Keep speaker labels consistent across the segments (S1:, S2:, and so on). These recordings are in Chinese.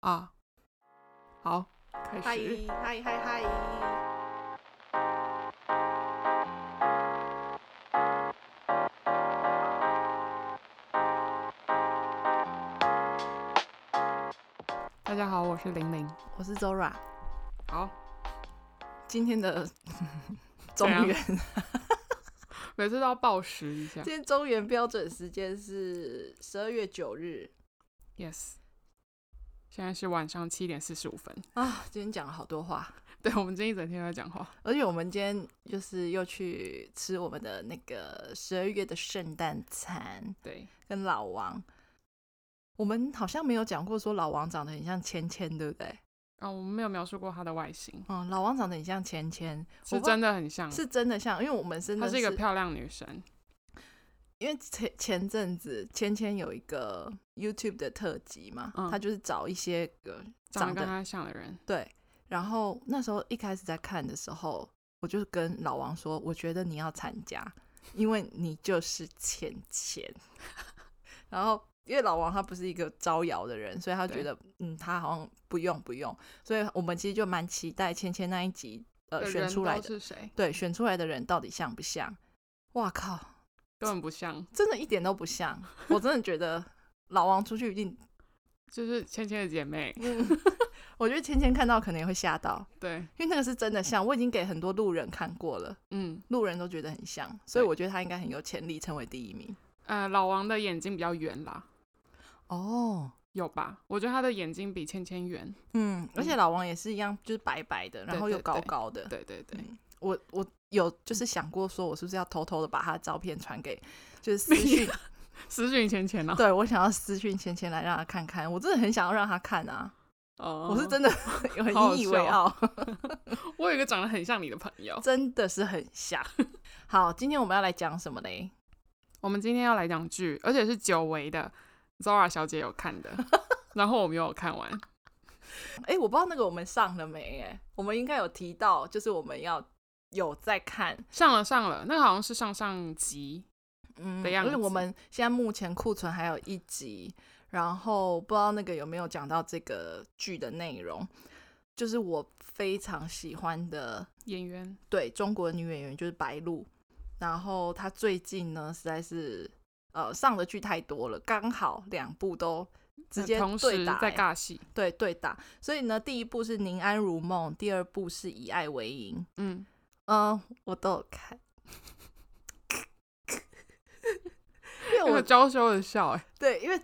S1: 啊，好，开
S2: 嗨
S1: 始。
S2: 嗨嗨嗨！
S1: 大家好，我是玲玲。
S2: 我是 Zora，
S1: 好，
S2: 今天 的
S1: 怎
S2: 中
S1: 样
S2: 原，
S1: 每次都要报时一下
S2: 今。天中原标准时间是十二月九日
S1: Yes，现在是晚上七点四十五分。
S2: 啊。今天讲了好多话，
S1: 对，我们今天一整天都在讲话。
S2: 而且我们今天就是又去吃我们的那个十二月的圣诞餐，
S1: 对，
S2: 跟老王。我们好像没有讲过说老王长得很像芊芊，对不对？
S1: 啊、我们没有描述过它的外形，
S2: 嗯，老王长得很像芊芊，
S1: 是
S2: 我不知道
S1: 真的很像。
S2: 是真的像，因为我们真
S1: 她
S2: 的
S1: 是一个漂亮女生。
S2: 因为前前阵子芊芊有一个 YouTube 的特辑嘛，
S1: 嗯
S2: 她就是找一些个
S1: 长得
S2: 长
S1: 跟
S2: 得
S1: 她像的人，
S2: 对，然后那时候一开始在看的时候，我就跟老王说，我觉得你要参加，因为你就是芊芊。 然后因为老王他不是一个招摇的人，所以他觉
S1: 对
S2: 得嗯，他好像不用不用，所以我们其实就蛮期待芊芊那一集呃
S1: 的
S2: 选
S1: 人
S2: 出来
S1: 都
S2: 的，
S1: 是谁？
S2: 对，选出来的人到底像不像？哇靠！
S1: 根本不像，
S2: 真的一点都不 像。我真的觉得老王出去一定，嗯
S1: 就是芊芊的姐妹。
S2: 我觉得芊芊看到可能也会吓到，
S1: 对，
S2: 因为那个是真的像。我已经给很多路人看过了，
S1: 嗯，
S2: 路人都觉得很像，所以
S1: 对
S2: 我觉得他应该很有潜力成为第一名。
S1: 呃，老王的眼睛比较圆啦，
S2: 哦，
S1: 有吧？我觉得他的眼睛比芊芊圆。
S2: 嗯，而且老王也是一样，就是白白的，然后又
S1: 对对
S2: 高高的。
S1: 对对对，
S2: 嗯我我有就是想过，说我是不是要偷偷的把他的照片传给，就是私讯，
S1: 私讯芊芊啊。
S2: 对我想要私讯芊芊来让他看看，我真的很想要让他看啊，
S1: 哦
S2: 我是真的 有
S1: 好好
S2: 很引以
S1: 笑
S2: 为傲。
S1: 我有一个长得很像你的朋友。
S2: 真的是很像。 好，今天我们要来讲什么嘞？
S1: 我们今天要来讲剧，而且是久违的，Zora 小姐有看 的，然后我们又有看完。
S2: 哎、我不知道那个我们上了没、哎，我们应该有提到，就是我们要有在看，
S1: 上了上了，那个好像是上上集，
S2: 嗯，
S1: 的
S2: 因
S1: 样子
S2: 为我们现在目前库存还有一集，然后不知道那个有没有讲到这个剧的内容，就是我非常喜欢的，
S1: 演员
S2: 对中国女演员就是白鹿，然后她最近呢实在是呃上的剧太多了，刚好两部都直接
S1: 呃同
S2: 对
S1: 时
S2: 打、
S1: 在
S2: 哎
S1: 尬戏，
S2: 对对打，所以呢，第一部是《宁安如梦》，第二部是《以爱为营》。
S1: 嗯，
S2: 嗯，我都有看，因为
S1: 那个
S2: 我
S1: 娇羞的笑、哎，
S2: 对，因为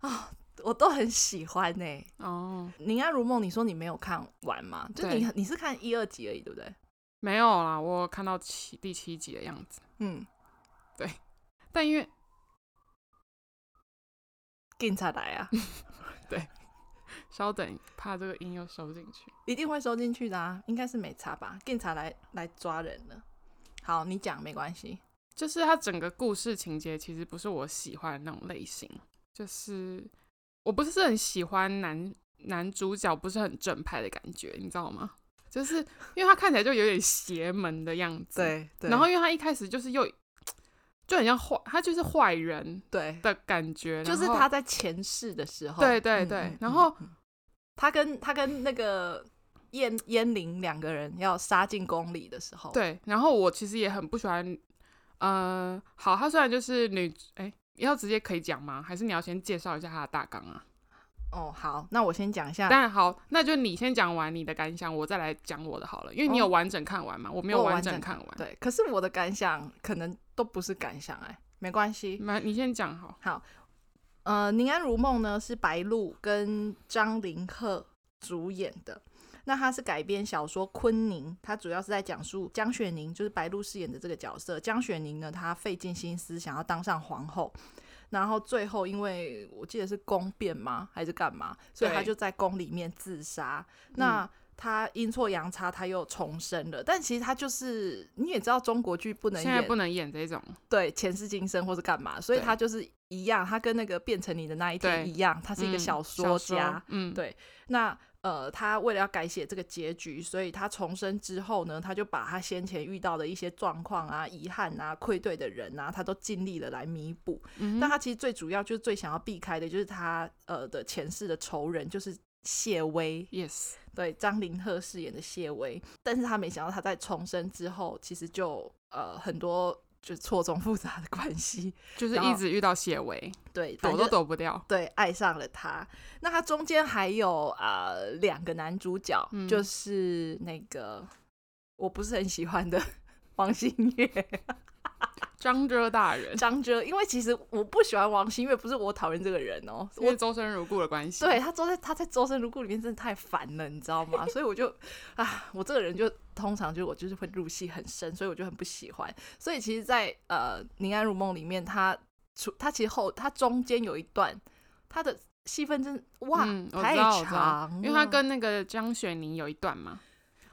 S2: 啊、我都很喜欢呢、
S1: 哦，
S2: 宁安如梦》，你说你没有看完吗？就
S1: 对
S2: 你你是看一二集而已，对不对？
S1: 没有啦，我看到七第七集的样子，
S2: 嗯，
S1: 但因为
S2: 警察来 啊，
S1: 稍等，怕这个音又收进去。
S2: 一定会收进去的啊，应该是没差吧？警察来来抓人了。好，你讲没关系。
S1: 就是它整个故事情节其实不是我喜欢的那种类型，就是我不是很喜欢男男主角不是很正派的感觉，你知道吗？就是因为他看起来就有点邪门的样子，。
S2: 对
S1: 然后因为他一开始就是又就很像坏，他就是坏人
S2: 对，
S1: 的感觉，
S2: 就是
S1: 然后
S2: 他在前世的时候，
S1: 对对对然后
S2: 嗯他跟他跟那个燕燕玲两个人要杀进宫里的时候，，
S1: 对。然后我其实也很不喜欢，呃，好，他虽然就是女，哎，要直接可以讲吗？还是你要先介绍一下他的大纲啊？
S2: 哦，好，那我先讲一下，
S1: 当然好，那就你先讲完你的感想，我再来讲我的好了，因为你有
S2: 哦
S1: 完整看完嘛，我没
S2: 我
S1: 有
S2: 有完
S1: 完整
S2: 整
S1: 看完。
S2: 对，可是我的感想可能都不是感想、哎，没关系。
S1: 那你先讲好，
S2: 呃，《宁安如梦》呢是白鹿跟张凌赫主演的。那它是改编小说《昆宁》，它主要是在讲述江雪宁，就是白鹿饰演的这个角色。江雪宁呢，她费尽心思想要当上皇后，然后最后因为我记得是宫变吗，还是干嘛，所以
S1: 对嗯
S2: 她就在宫里面自杀。那她阴错阳差，她又重生了。但其实她就是你也知道，中国剧不能
S1: 现在
S2: 演
S1: 不能演这种，
S2: 对前世今生或是干嘛，所以
S1: 对
S2: 他就是一样，他跟那个变成你的那一
S1: 对
S2: 天
S1: 嗯
S2: 一样，他
S1: 它
S2: 是一个小说家。，
S1: 嗯，
S2: 对那呃，他为了要改写这个结局，所以他重生之后呢，他就把他先前遇到的一些状况啊、遗憾啊、愧对的人啊，他都尽力了来弥补。
S1: 嗯哼
S2: 但他其实最主要就是最想要避开的，就是他呃的前世的仇人，就是谢薇，
S1: Yes，
S2: 对，张凌赫饰演的谢薇，但是他没想到他在重生之后，其实就呃很多就错综复杂的关系，
S1: 就是
S2: 然后
S1: 一直遇到谢维，
S2: 对，反
S1: 躲
S2: 正
S1: 都
S2: 就
S1: 躲不掉。
S2: 对，爱上了他。那他中间还有呃两个男主角，
S1: 嗯
S2: 就是那个我不是很喜欢的王心 月、
S1: 张遮大人，
S2: 张哲，因为其实我不喜欢王心月，不是我讨厌这个人哦，
S1: 因
S2: 我
S1: 为周生如故的关系。
S2: 对，他周在他在《周生如故》里面真的太烦了，你知道吗？所以我就啊，我这个人就通常就是我就是会入戏很深，所以我就很不喜欢。所以其实在，呃《宁安如梦》里面，他出他其实后他中间有一段他的戏份真哇、
S1: 嗯我知
S2: 太
S1: 道我知道
S2: 长了，
S1: 因为他跟那个张雪宁有一段嘛。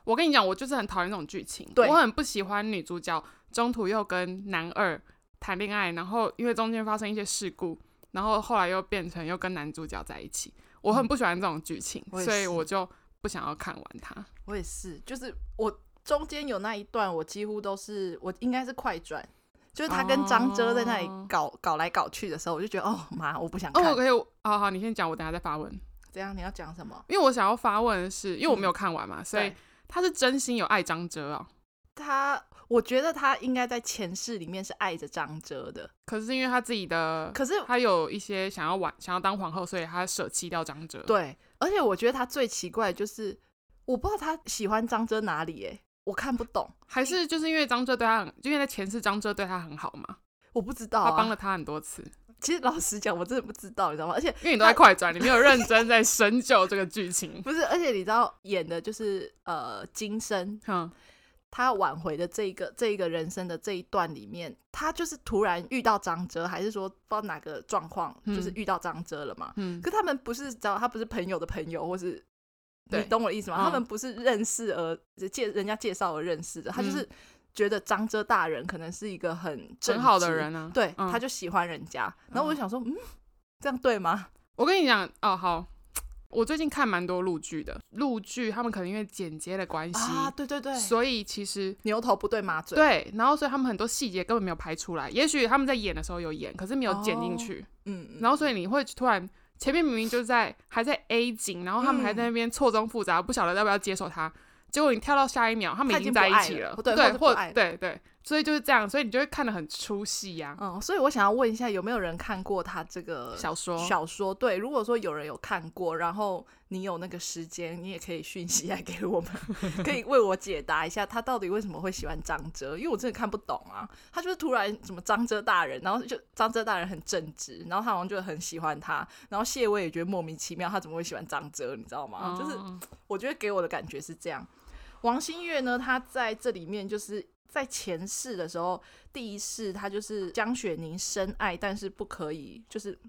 S1: 我跟你讲，我就是很讨厌这种剧情，
S2: 对
S1: 我很不喜欢女主角中途又跟男二谈恋爱，然后因为中间发生一些事故，然后后来又变成又跟男主角在一起，我很不喜欢这种剧情，
S2: 嗯我也
S1: 所以
S2: 是
S1: 我就不想要看完它。
S2: 我也是，就是我中间有那一段，我几乎都是我应该是快转。就是他跟张哲在那里
S1: 哦
S2: 搞、搞来搞去的时候，我就觉得哦妈，我不想看。
S1: 哦，我可以，好好，你先讲，我等一下再发问，
S2: 这样你要讲什么？
S1: 因为我想要发问的是，因为我没有看完嘛，所以
S2: 嗯对
S1: 他是真心有爱张哲哦，
S2: 他，我觉得他应该在前世里面是爱着张哲的，
S1: 可是因为他自己的，
S2: 可是
S1: 他有一些想要玩，想要当皇后，所以他舍弃掉张哲。
S2: 对，而且我觉得他最奇怪的就是，我不知道他喜欢张哲哪里、欸，我看不懂，
S1: 还是就是因为张哲对他很，就因为在前世张哲对他很好嘛，
S2: 我不知道、
S1: 他帮
S2: 啊。
S1: 了他很多次。
S2: 其实老实讲，我真的不知道，你知道吗？而且
S1: 因为你都在快转，你没有认真在深究这个剧情。
S2: 不是，而且你知道演的就是呃今生
S1: 嗯，
S2: 他挽回的这一个这一个人生的这一段里面，他就是突然遇到张哲，还是说不知道哪个状况，就是
S1: 嗯
S2: 遇到张哲了嘛？
S1: 嗯，
S2: 可他们不是知道，他不是朋友的朋友，或是你
S1: 对
S2: 懂我的意思吗？
S1: 嗯
S2: 他们不是认识而介人家介绍而认识的，他就
S1: 嗯
S2: 是觉得张遮大人可能是一个很正
S1: 很好的
S2: 直，
S1: 人啊。
S2: 对，
S1: 嗯
S2: 他就喜欢人家。然后我就想说，嗯，这样对吗？
S1: 我跟你讲哦，好，我最近看蛮多陆剧的，陆剧他们可能因为剪接的关系，
S2: 啊，对对对，
S1: 所以其实
S2: 牛头不对马嘴，，
S1: 对，然后所以他们很多细节根本没有拍出来，也许他们在演的时候有演，可是没有剪进
S2: 哦
S1: 去。
S2: 嗯，嗯
S1: 然后所以你会突然前面明明就在还在 A 景，然后他们还在
S2: 嗯
S1: 那边错综复杂，不晓得要不要接受他。结果你跳到下一秒，他们
S2: 他
S1: 已
S2: 已
S1: 经
S2: 经
S1: 在一
S2: 不爱
S1: 起
S2: 了
S1: 对
S2: 对或者不
S1: 或
S2: 爱了
S1: 对对，所以就是这样，所以你就会看得很出戏呀、
S2: 嗯，所以我想要问一下，有没有人看过他这个
S1: 小说
S2: 嗯小说？对，如果说有人有看过，然后你有那个时间，你也可以讯息来给我们，可以为我解答一下，他到底为什么会喜欢张哲？因为我真的看不懂啊，他就是突然什么张哲大人，然后就张哲大人很正直，然后他好像就很喜欢他，然后谢薇也觉得莫名其妙，他怎么会喜欢张哲？你知道吗？就是
S1: 嗯
S2: 我觉得给我的感觉是这样。王心月呢，她在这里面就是在前世的时候，第一世她就是江雪宁深爱，但是不可以，就是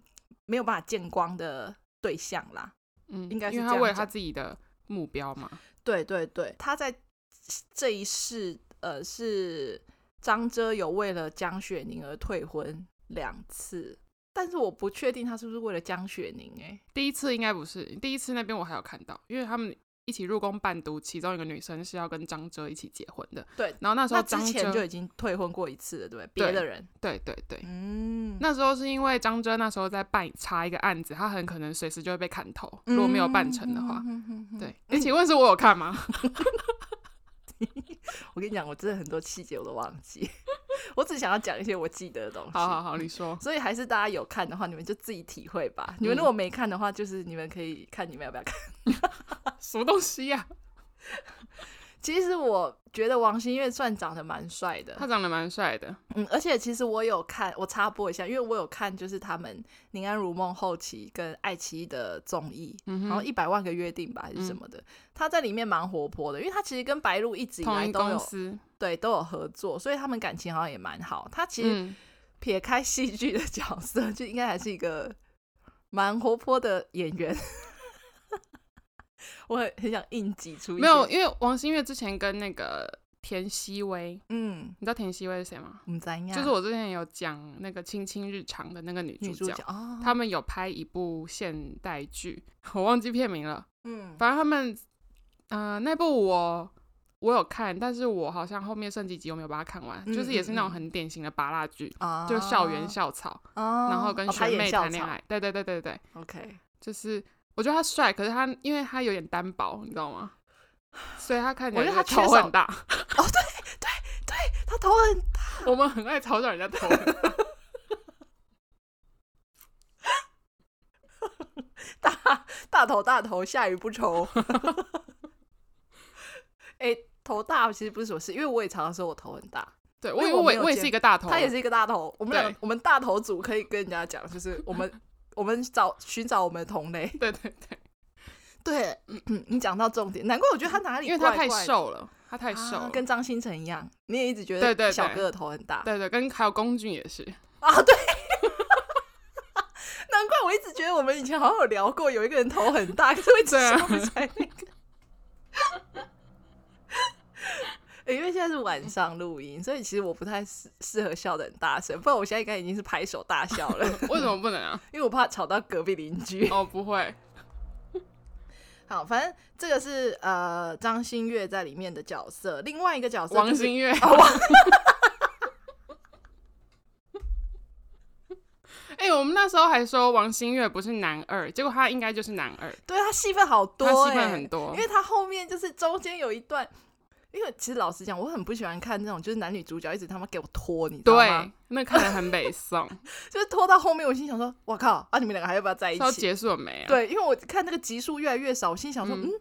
S2: 没有办法见光的对象啦。
S1: 嗯，
S2: 应该是
S1: 因为
S2: 这
S1: 他
S2: 样
S1: 为了他
S2: 讲
S1: 自己的目标嘛，
S2: 对对对，她在这一世，呃，是张遮有为了江雪宁而退婚两次，但是我不确定她是不是为了江雪宁、欸，哎，
S1: 第一次应该不是，第一次那边我还有看到，因为他们。一起入宫伴读，其中一个女生是要跟张哲一起结婚的。
S2: 对
S1: 然后那时
S2: 那
S1: 候
S2: 之
S1: 张
S2: 前
S1: 哲，
S2: 就已经退婚过一次了，对不对？别
S1: 对
S2: 的人，
S1: 对对对，
S2: 嗯，
S1: 那时候是因为张真那时候在办查一个案子，他很可能随时就会被砍头，如果没有办成的话。
S2: 嗯，嗯嗯嗯嗯
S1: 对，哎、请问是我有看吗？
S2: 我跟你讲，我真的很多细节我都忘记， 我只想要讲一些我记得的东西。
S1: 好好好，你说。
S2: 所以还是大家有看的话，你们就自己体会吧。
S1: 嗯
S2: 你们如果没看的话，就是你们可以看你们要不要看。
S1: 啊什么东西 呀、
S2: 其实我觉得王心月算长得蛮帅的
S1: 他，长得蛮帅的，
S2: 嗯，而且其实我有看，我插播一下，因为我有看就是他们《宁安如梦》后期跟爱奇艺的综艺，
S1: 嗯
S2: 然后
S1: 哼，
S2: 一百万个约定吧还是什么的，他在里面蛮活泼的，因为他其实跟白鹿一直以
S1: 同
S2: 来
S1: 一
S2: 都
S1: 公
S2: 有
S1: 司，
S2: 对都有合作，所以他们感情好像也蛮好。他其实
S1: 嗯，
S2: 撇开戏剧的角色，就应该还是一个蛮活泼的演员。 我很很想硬挤出一
S1: 没有，
S2: 些，
S1: 因为王心月之前跟那个田曦薇，
S2: 嗯，
S1: 你知道田曦薇是谁吗？
S2: 我们怎样？
S1: 就是我之前有讲那个《青青日常》的那个女
S2: 女
S1: 主
S2: 主
S1: 角，
S2: 角哦，
S1: 他们有拍一部现代剧， 我忘记片名了。
S2: 嗯，
S1: 反正他们，呃，那部我我有看，但是我好像后面剩几集我没有把它看完，
S2: 嗯
S1: 就是也是那种
S2: 嗯嗯
S1: 很典型的拔蜡剧，
S2: 啊
S1: 就校园校草，
S2: 哦，
S1: 然后跟
S2: 哦他
S1: 学
S2: 演
S1: 妹
S2: 校
S1: 谈恋
S2: 草
S1: 爱，对对对对对，
S2: ，OK，
S1: 就是我觉得他帅，可是他因为他有点单薄，你知道吗？所以他看起来
S2: 我觉得他
S1: 就是头
S2: 缺少
S1: 很大。
S2: 他头很
S1: 我们很爱嘲笑人家 头很大，
S2: 大，大头大头，下雨 不愁。 哎、头大其实不是什么事，因为我也常常说我头很大，
S1: 对
S2: 因
S1: 我
S2: 为
S1: 以为
S2: 我
S1: 我
S2: 没
S1: 也
S2: 有
S1: 我也
S2: 见
S1: 是一个大头，
S2: 他也是一个大头。我们两个
S1: 对
S2: 我们大头组可以跟人家讲， 就是我们我们找寻找我们的同类。
S1: 对对对，
S2: 对， 你讲到重点，难怪我觉得他哪里
S1: 因为他
S2: 怪
S1: 太
S2: 怪的
S1: 瘦了，他太瘦
S2: 啊
S1: 了，
S2: 跟张新成一样，你也一直觉
S1: 对对
S2: 得
S1: 对
S2: 小哥的头很大
S1: 对对，跟还有龚俊也 是，
S2: 啊，对。难怪我一直觉得我们以前好像有聊过，有一个人头很大，可是我一直
S1: 对啊
S2: 想不起来 那个。欸因为现在是晚上录音，所以其实我不太适适合笑得很大声，不然我现在应该已经是拍手大笑了，
S1: 为什么不能啊？
S2: 因为我怕吵到隔壁邻居。
S1: 哦，不会，
S2: 好，反正这个是呃张馨月在里面的角色，另外一个角哦色、就是、
S1: 王心月， 哎、我们那时候还说王心月不是男二，结果他应该就是男二，
S2: 对他戏份好多、
S1: 他
S2: 欸，
S1: 戏份很多
S2: 因，为他后面就是中间有一段，因为其实老实讲，我很不喜欢看那种就是男女主角一直他妈给我拖，你知道吗
S1: 对？，那看得很北 宋，
S2: 就是拖到后面，我心想说，我靠啊，你们两个还要不要在一
S1: 要
S2: 起？
S1: 结束了没啊？
S2: 对，因为我看那个集数越来越少，我心想说，嗯
S1: 嗯。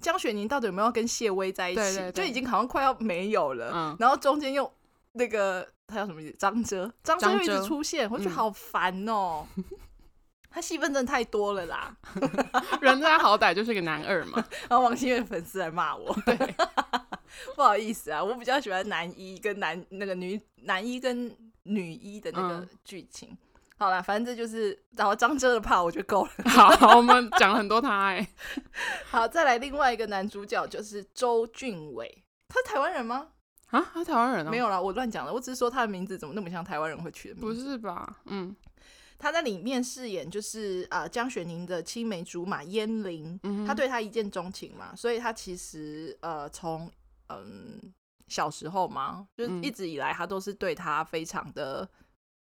S2: 江雪宁到底有没有跟谢薇在一起？
S1: 对对对
S2: 就已经好像快要没有了。
S1: 嗯
S2: 然后中间又那个他叫什么名字？张哲，张哲
S1: 张
S2: 又一直
S1: 哲
S2: 出现，我觉得
S1: 嗯
S2: 好烦 哦、他戏份真的太多了啦。
S1: 人家好歹就是个男二嘛，
S2: 然后王心月粉丝来骂我，对，不好意思啊，我比较喜欢男一跟男那个女男一跟女一的那个
S1: 嗯
S2: 剧情。好啦，反正这就是，然后张哲的怕我就够了。
S1: 好，我们讲了很多他、哎，
S2: 好，再来另外一个男主角就是周俊伟，他是台湾人吗？
S1: 啊，他台湾人哦、
S2: 没有啦，我乱讲的，我只是说他的名字怎么那么像台湾人会取的名字。
S1: 不是吧？嗯
S2: 他在里面饰演就是呃江雪宁的青梅竹马燕玲，
S1: 嗯哼，
S2: 他对他一见钟情嘛，所以他其实呃从嗯小时候嘛，就是
S1: 嗯
S2: 一直以来他都是对他非常的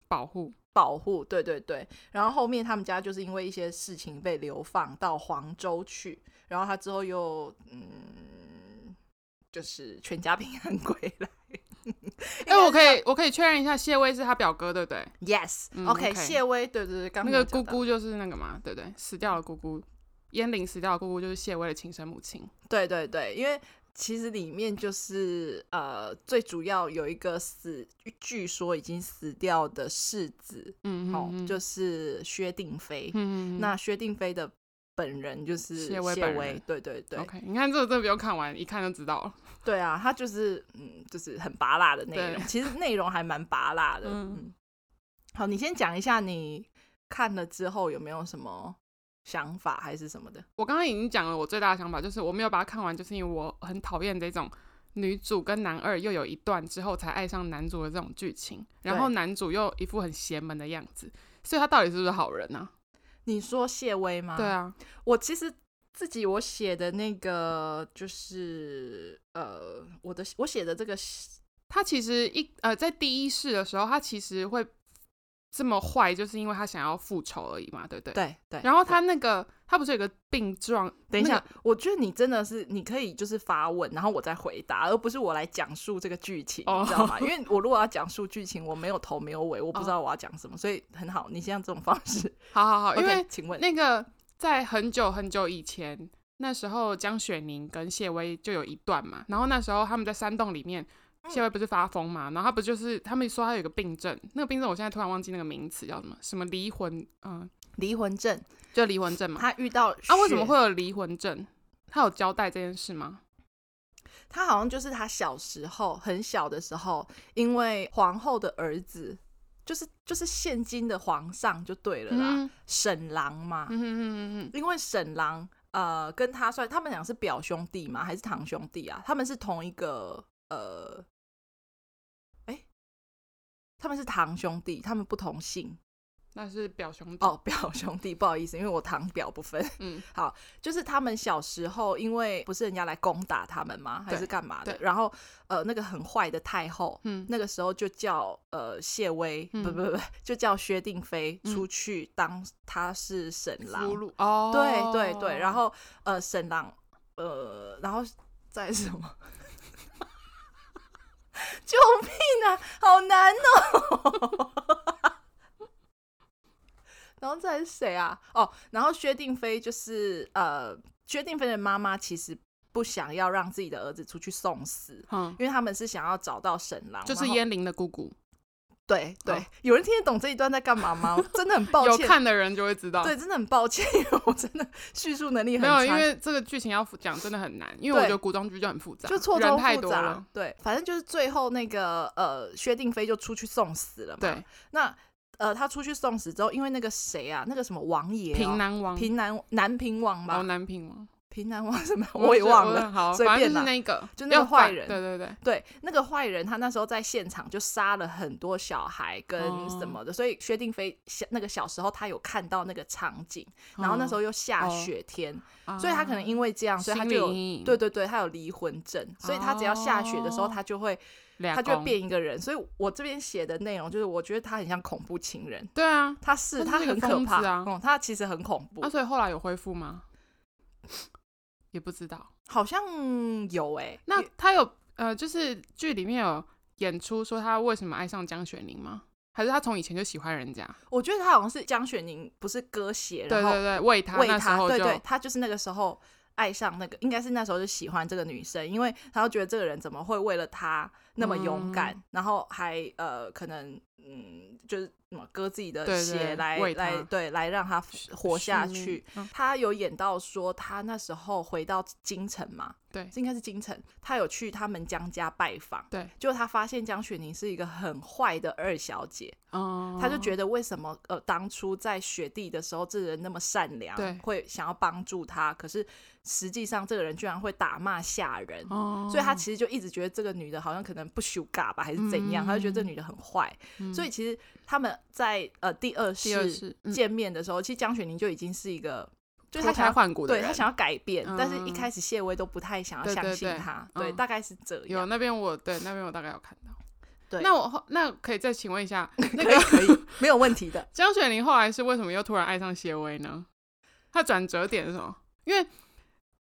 S1: 保护，
S2: 保护，对对对。然后后面他们家就是因为一些事情被流放到黄州去，然后他之后又嗯就是全家 平安归来。
S1: 哎、 我可以我可以确认一下，谢薇是他表哥，对不对？嗯
S2: Yes，OK，、
S1: OK
S2: 谢薇，对对对，刚
S1: 那
S2: 刚
S1: 个
S2: 有讲
S1: 姑
S2: 到，
S1: 姑就是那个嘛，对不对？死掉了姑姑，燕玲死掉的姑姑就是谢薇的亲生母亲。
S2: 对对对，因为其实里面就是呃，最主要有一个死，据说已经死掉的世子，
S1: 嗯，
S2: 哦，
S1: 嗯
S2: 就是薛定谔。
S1: 嗯，嗯
S2: 那薛定谔的本人就是
S1: 谢薇本人
S2: 对对对
S1: OK，你看这个真的不用看完，一看就知道了。
S2: 对啊，他就是嗯，就是很拔辣的内容，
S1: 对
S2: 其实内容还蛮拔辣的。嗯
S1: 嗯
S2: 好，你先讲一下你看了之后有没有什么想法还是什么的？
S1: 我刚刚已经讲了，我最大的想法就是我没有把它看完，就是因为我很讨厌这种女主跟男二又有一段之后才爱上男主的这种剧情，然后
S2: 对
S1: 男主又一副很邪门的样子，所以他到底是不是好人呢、
S2: 你说谢薇吗？
S1: 对啊，
S2: 我其实自己我写的那个就是呃，我的我写的这个
S1: 他其实一呃在第一世的时候，他其实会这么坏，就是因为他想要复仇而已嘛，对不对？
S2: 对对，
S1: 然后他那个他不是有个病状？
S2: 等一
S1: 那
S2: 下
S1: 个，
S2: 我觉得你真的是，你可以就是发问，然后我再回答，而不是我来讲述这个剧情，
S1: 哦
S2: 你知道吗？因为我如果要讲述剧情，我没有头没有尾，我不知道我要讲什么，所以很好，你像这种方式。
S1: 好好好，因
S2: OK，
S1: 为
S2: 请问，
S1: 那个在很久很久以前，那时候江雪宁跟谢薇就有一段嘛，然后那时候他们在山洞里面，谢薇不是发疯嘛，然后他不就是他们说他有一个病症，那个病症我现在突然忘记那个名词叫什么，什么离魂，嗯、
S2: 离婚证
S1: 就离魂症嘛。
S2: 他遇到
S1: 啊，为什么
S2: 血
S1: 会？有离魂症？他有交代这件事吗？
S2: 他好像就是他小时候很小的时候，因为皇后的儿子，就是就是现今的皇上就对了啦，
S1: 嗯
S2: 沈郎嘛，
S1: 嗯嗯嗯嗯
S2: 因为沈郎呃跟他算，他们俩是表兄弟嘛，还是堂兄弟啊？他们是同一个呃，哎、他们是堂兄弟，他们不同姓。
S1: 那是表兄弟
S2: 哦，表兄弟，不好意思，因为我堂表不分。
S1: 嗯，
S2: 好，就是他们小时候，因为不是人家来攻打他们吗？还
S1: 对
S2: 是干嘛的？
S1: 对
S2: 然后呃，那个很坏的太后，
S1: 嗯
S2: 那个时候就叫呃谢薇，
S1: 嗯
S2: 不不不，就叫薛定妃
S1: 嗯
S2: 出去当她是沈
S1: 俘
S2: 郎。
S1: 虏哦，
S2: 对对对，然后呃沈郎，呃，然后再来是什么？ 救命啊，好难哦！ 然后再来是谁啊？哦，然后薛定妃就是呃，薛定妃的妈妈其实不想要让自己的儿子出去送死，
S1: 嗯，
S2: 因为他们是想要找到沈郎，
S1: 就是
S2: 然后
S1: 燕玲的姑姑，
S2: 对对、
S1: 哦
S2: 有人听得懂这一段在干嘛吗？我真的很抱
S1: 有
S2: 歉，
S1: 看的人就会知道。
S2: 对，真的很抱歉，因为我真的叙述能力很
S1: 没
S2: 差，
S1: 有，因为这个剧情要讲真的很难，因为我
S2: 对
S1: 觉得古装剧就很复杂，
S2: 就错
S1: 人
S2: 综
S1: 太
S2: 复
S1: 多
S2: 杂
S1: 了。。
S2: 对，反正就是最后那个呃，薛定妃就出去送死了嘛。，
S1: 对，
S2: 那呃，他出去送死之后，因为那个谁啊，那个什么王爷哦、
S1: 平南王，
S2: 平南南平王吧，
S1: 哦，南平王，
S2: 平南王什么 我也忘了。。
S1: 好，
S2: 随
S1: 反正
S2: 便
S1: 就是
S2: 啦
S1: 那个，
S2: 就那个
S1: 要
S2: 坏
S1: 反
S2: 人
S1: 对对对，
S2: 对，那个坏人他那时候在现场就杀了很多小孩跟
S1: 哦
S2: 什么的，所以薛定妃小那个小时候他有看到那个场景，然后那时候又
S1: 哦
S2: 下
S1: 啊
S2: 雪天，
S1: 候
S2: 所以他可能因为这样，所以他就有
S1: 有
S2: 对对对，他有离婚症，所以他只要下雪的时候，
S1: 哦
S2: 他就会他就会变一个人。所以我这边写的内容就是，我觉得他很像恐怖情人，
S1: 对啊。
S2: 他是
S1: 他就
S2: 他
S1: 是一
S2: 很
S1: 个
S2: 可
S1: 疯子
S2: 怕，
S1: 啊
S2: 嗯，他其实很恐怖，
S1: 那所以后来有恢复吗？也不知道。
S2: 好像有哎、
S1: 那
S2: 也
S1: 他有呃，就是剧里面有演出说他为什么爱上江雪宁吗？还是他从以前就喜欢人家？
S2: 我觉得他好像是江雪宁不是割血，
S1: 对
S2: 然后
S1: 对对，为他
S2: 为
S1: 那时
S2: 他，
S1: 候
S2: 对
S1: 就
S2: 对，他就是那个时候爱上那个，应该是那时候就喜欢这个女生，因为他就觉得这个人怎么会为了他那么勇敢，
S1: 嗯
S2: 然后还呃可能嗯就是什么割自己的
S1: 对对
S2: 血来
S1: 为他
S2: 来对来让他活下
S1: 续命
S2: 去。。
S1: 嗯
S2: 他有演到说，他那时候回到京城嘛，
S1: 对
S2: 这应该是京城，他有去他们江家拜访，
S1: 对，
S2: 就他发现江雪宁是一个很坏的二小姐，
S1: 哦，
S2: 他就觉得为什么呃当初在雪地的时候，这人那么善良
S1: 对，
S2: 会想要帮助他，可是实际上这个人居然会打骂吓人。
S1: 哦，
S2: 所以他其实就一直觉得这个女的好像可能不修嘎吧，还是怎样，
S1: 嗯
S2: 他就觉得这女的很坏。所以其实他们在呃第二
S1: 第二
S2: 世
S1: 次嗯
S2: 见面的时候，其实江雪宁就已经是一个，就是
S1: 脱
S2: 他想
S1: 胎
S2: 要
S1: 换骨的
S2: 对
S1: 人，
S2: 他想要改变，
S1: 嗯
S2: 但是一开始谢薇都不太想要
S1: 对对
S2: 相信
S1: 对
S2: 他，
S1: 嗯
S2: 大概是这
S1: 有
S2: 样。
S1: 那边我对那边我大概有看到。
S2: 对
S1: 那我后那可以再请问一下， 那
S2: 可以
S1: 个
S2: 可以，没有问题的。
S1: 江雪玲后来是为什么又突然爱上谢薇呢？她转折点是什么？因为，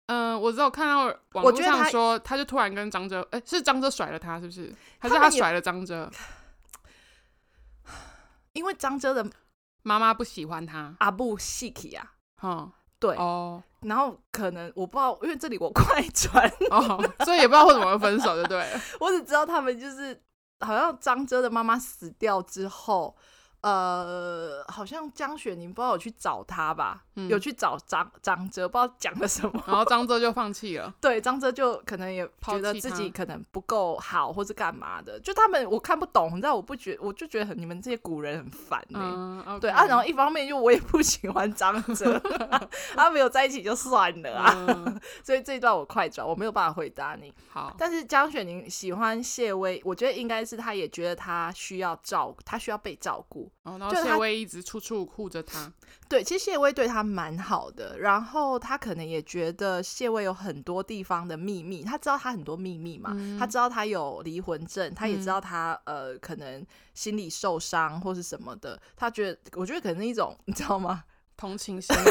S1: 嗯、我只有看到网
S2: 我
S1: 络
S2: 觉得她
S1: 上说，她就突然跟张哲，哎、是张哲甩了她，是不是？还
S2: 他
S1: 是
S2: 们
S1: 她
S2: 也
S1: 甩了张哲？
S2: 因为张哲的
S1: 妈妈不喜欢她，
S2: 阿布细体啊，
S1: 哦、
S2: 对，
S1: 哦
S2: 然后可能我不知道，因为这里我快转，
S1: 哦， 所以也不知道为什么会分手，就对了。
S2: 我只知道他们就是好像张哲的妈妈死掉之后，呃，好像江雪宁不知道有去找他吧，
S1: 嗯
S2: 有去找张张哲，不知道讲了什么。
S1: 然后张哲就放弃了，
S2: 对，张哲就可能也
S1: 抛
S2: 觉得
S1: 弃
S2: 自
S1: 他
S2: 己可能不够好，或是干嘛的。就他们我看不懂，你知道，我不觉，我就觉得很你们这些古人很烦呢、
S1: 嗯，OK，
S2: 对啊，然后一方面就我也不喜欢张哲， 他没有在一起就算了啊。
S1: 嗯，
S2: 所以这一段我快转，我没有办法回答你。
S1: 好，
S2: 但是江雪宁喜欢谢薇，我觉得应该是她也觉得她需要照，她需要被照顾。
S1: 哦然后
S2: 就
S1: 谢
S2: 她
S1: 薇一直处处护着她，
S2: 对，其实谢薇对她蛮好的，然后她可能也觉得谢薇有很多地方的秘密，她知道她很多秘密嘛，
S1: 嗯
S2: 她知道她有离婚症，她也
S1: 嗯
S2: 知道她、呃可能心理受伤或是什么的，她觉得我觉得可能是一种你知道吗？
S1: 同情心嘛，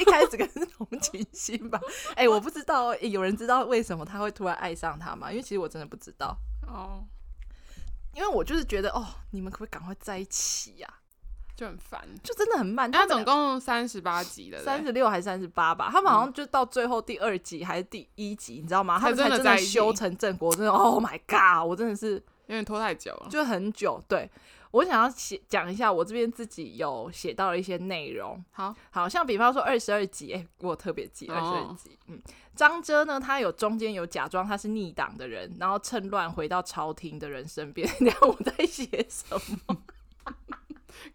S2: 一开始可能是同情心吧。哎、我不知道、欸有人知道为什么他会突然爱上他吗？因为其实我真的不知道，
S1: 哦，
S2: 因为我就是觉得哦，你们可不可以赶快在一起呀、
S1: 就很烦。
S2: 就真的很慢，
S1: 他
S2: 他
S1: 总共三十八集的，对不对
S2: 三十六还是三十八吧？他们好像就到最后第二集还是第一集，你知道吗？他
S1: 才
S2: 们才
S1: 真的
S2: 真
S1: 在
S2: 的
S1: 一起
S2: 修成正果，真的 Oh my God！我真的是
S1: 有点拖太久 了。
S2: 就很久。对我想要写讲一下，我这边自己有写到了一些内容。
S1: 好，
S2: 好像比方说二十二集，哎、我有特别记二十二
S1: 哦
S2: 集。嗯，张哲呢，他有中间有假装他是逆党的人，然后趁乱回到朝廷的人身边。 然后我在写什么？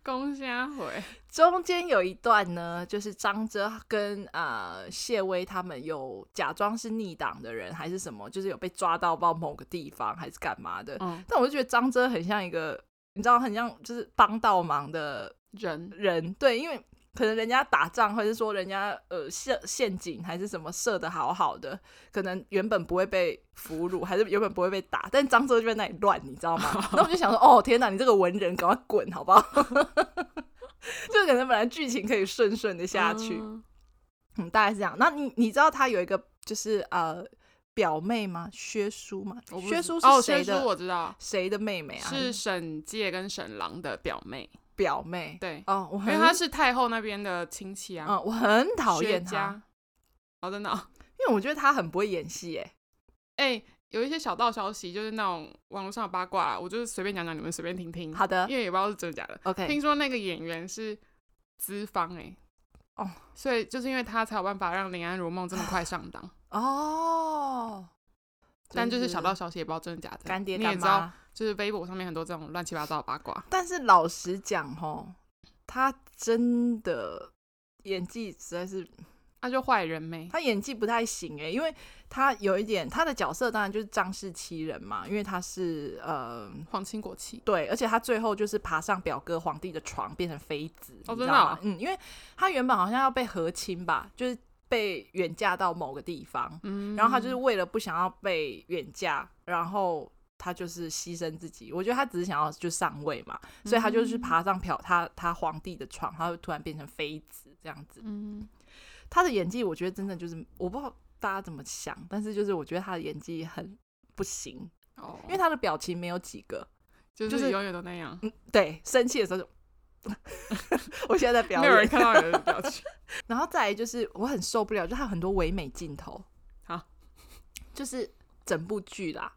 S1: 公虾回，
S2: 中间有一段呢，就是张哲跟呃谢薇他们有假装是逆党的人，还是什么，就是有被抓到到某个地方，还是干嘛的。
S1: 嗯，
S2: 但我就觉得张哲很像一个，你知道，很像就是帮倒忙的
S1: 人
S2: 人，对，因为可能人家打仗，或者是说人家呃设陷阱还是什么设的好好的，可能原本不会被俘虏，还是原本不会被打，但漳州就在那里乱，你知道吗？ 然后我就想说，哦天哪，你这个文人，赶快滚好不 好？就可能本来剧情可以顺顺的 下去，
S1: 嗯
S2: 嗯，大概是这样。那你你知道他有一个就是呃表妹吗？薛叔吗？
S1: 我不
S2: 薛
S1: 知
S2: 叔
S1: 哦，
S2: 是谁
S1: 薛叔
S2: 的？
S1: 我知道，
S2: 谁的妹妹啊？
S1: 是沈界跟沈郎的表妹，
S2: 表妹。
S1: 对，
S2: 哦，我
S1: 因
S2: 很
S1: 为她是太后那边的亲戚啊，
S2: 嗯，我很讨
S1: 薛
S2: 厌他，
S1: 家。哦，真的哦，
S2: 因为我觉得他很不会演戏，哎，
S1: 哎、有一些小道消息，就是那种网络上的八卦啊，我就是随便讲讲，你们随便听听。
S2: 好的
S1: 因为也不知道是真的假的。
S2: ，OK，
S1: 听说那个演员是资方哎、
S2: 哦，
S1: 所以就是因为他才有办法让《林安如梦》这么快上 档。
S2: 哦，
S1: 但就是小道消息也不知道真的假的。
S2: 干爹
S1: 你也
S2: 干
S1: 知道，
S2: 妈。
S1: 就是微博上面很多这种乱七八糟的八 卦。
S2: 但是老实讲，吼，他真的演技实在是，
S1: 那、啊就坏人没。
S2: 他演技不太行哎，因为他有一点，他的角色当然就是仗势欺人嘛，因为他是呃。
S1: 皇亲国戚，
S2: 对，而且他最后就是爬上表哥皇帝的床，变成妃子。
S1: 哦真
S2: 你知
S1: 的
S2: 道
S1: 哦
S2: 吗嗯，因为他原本好像要被和亲吧，就是被远嫁到某个地方，
S1: 嗯，
S2: 然后他就是为了不想要被远嫁，然后他就是牺牲自己。我觉得他只是想要就上位嘛，所以他就是
S1: 嗯
S2: 爬上嫖他他皇帝的床，他会突然变成妃子这样子。
S1: 嗯，
S2: 他的演技，我觉得真的就是我不知道大家怎么想，但是就是我觉得他的演技很不行，
S1: 哦，
S2: 因为他的表情没有几个。
S1: 就
S2: 就是
S1: 是永远都那样，
S2: 嗯，对，生气的时候就， 我现在在表
S1: 没有人
S2: 演。
S1: 看到有人的表情。
S2: 然后再来就是我很受不了，就他很多唯美镜头，
S1: 好，
S2: 就是整部剧啦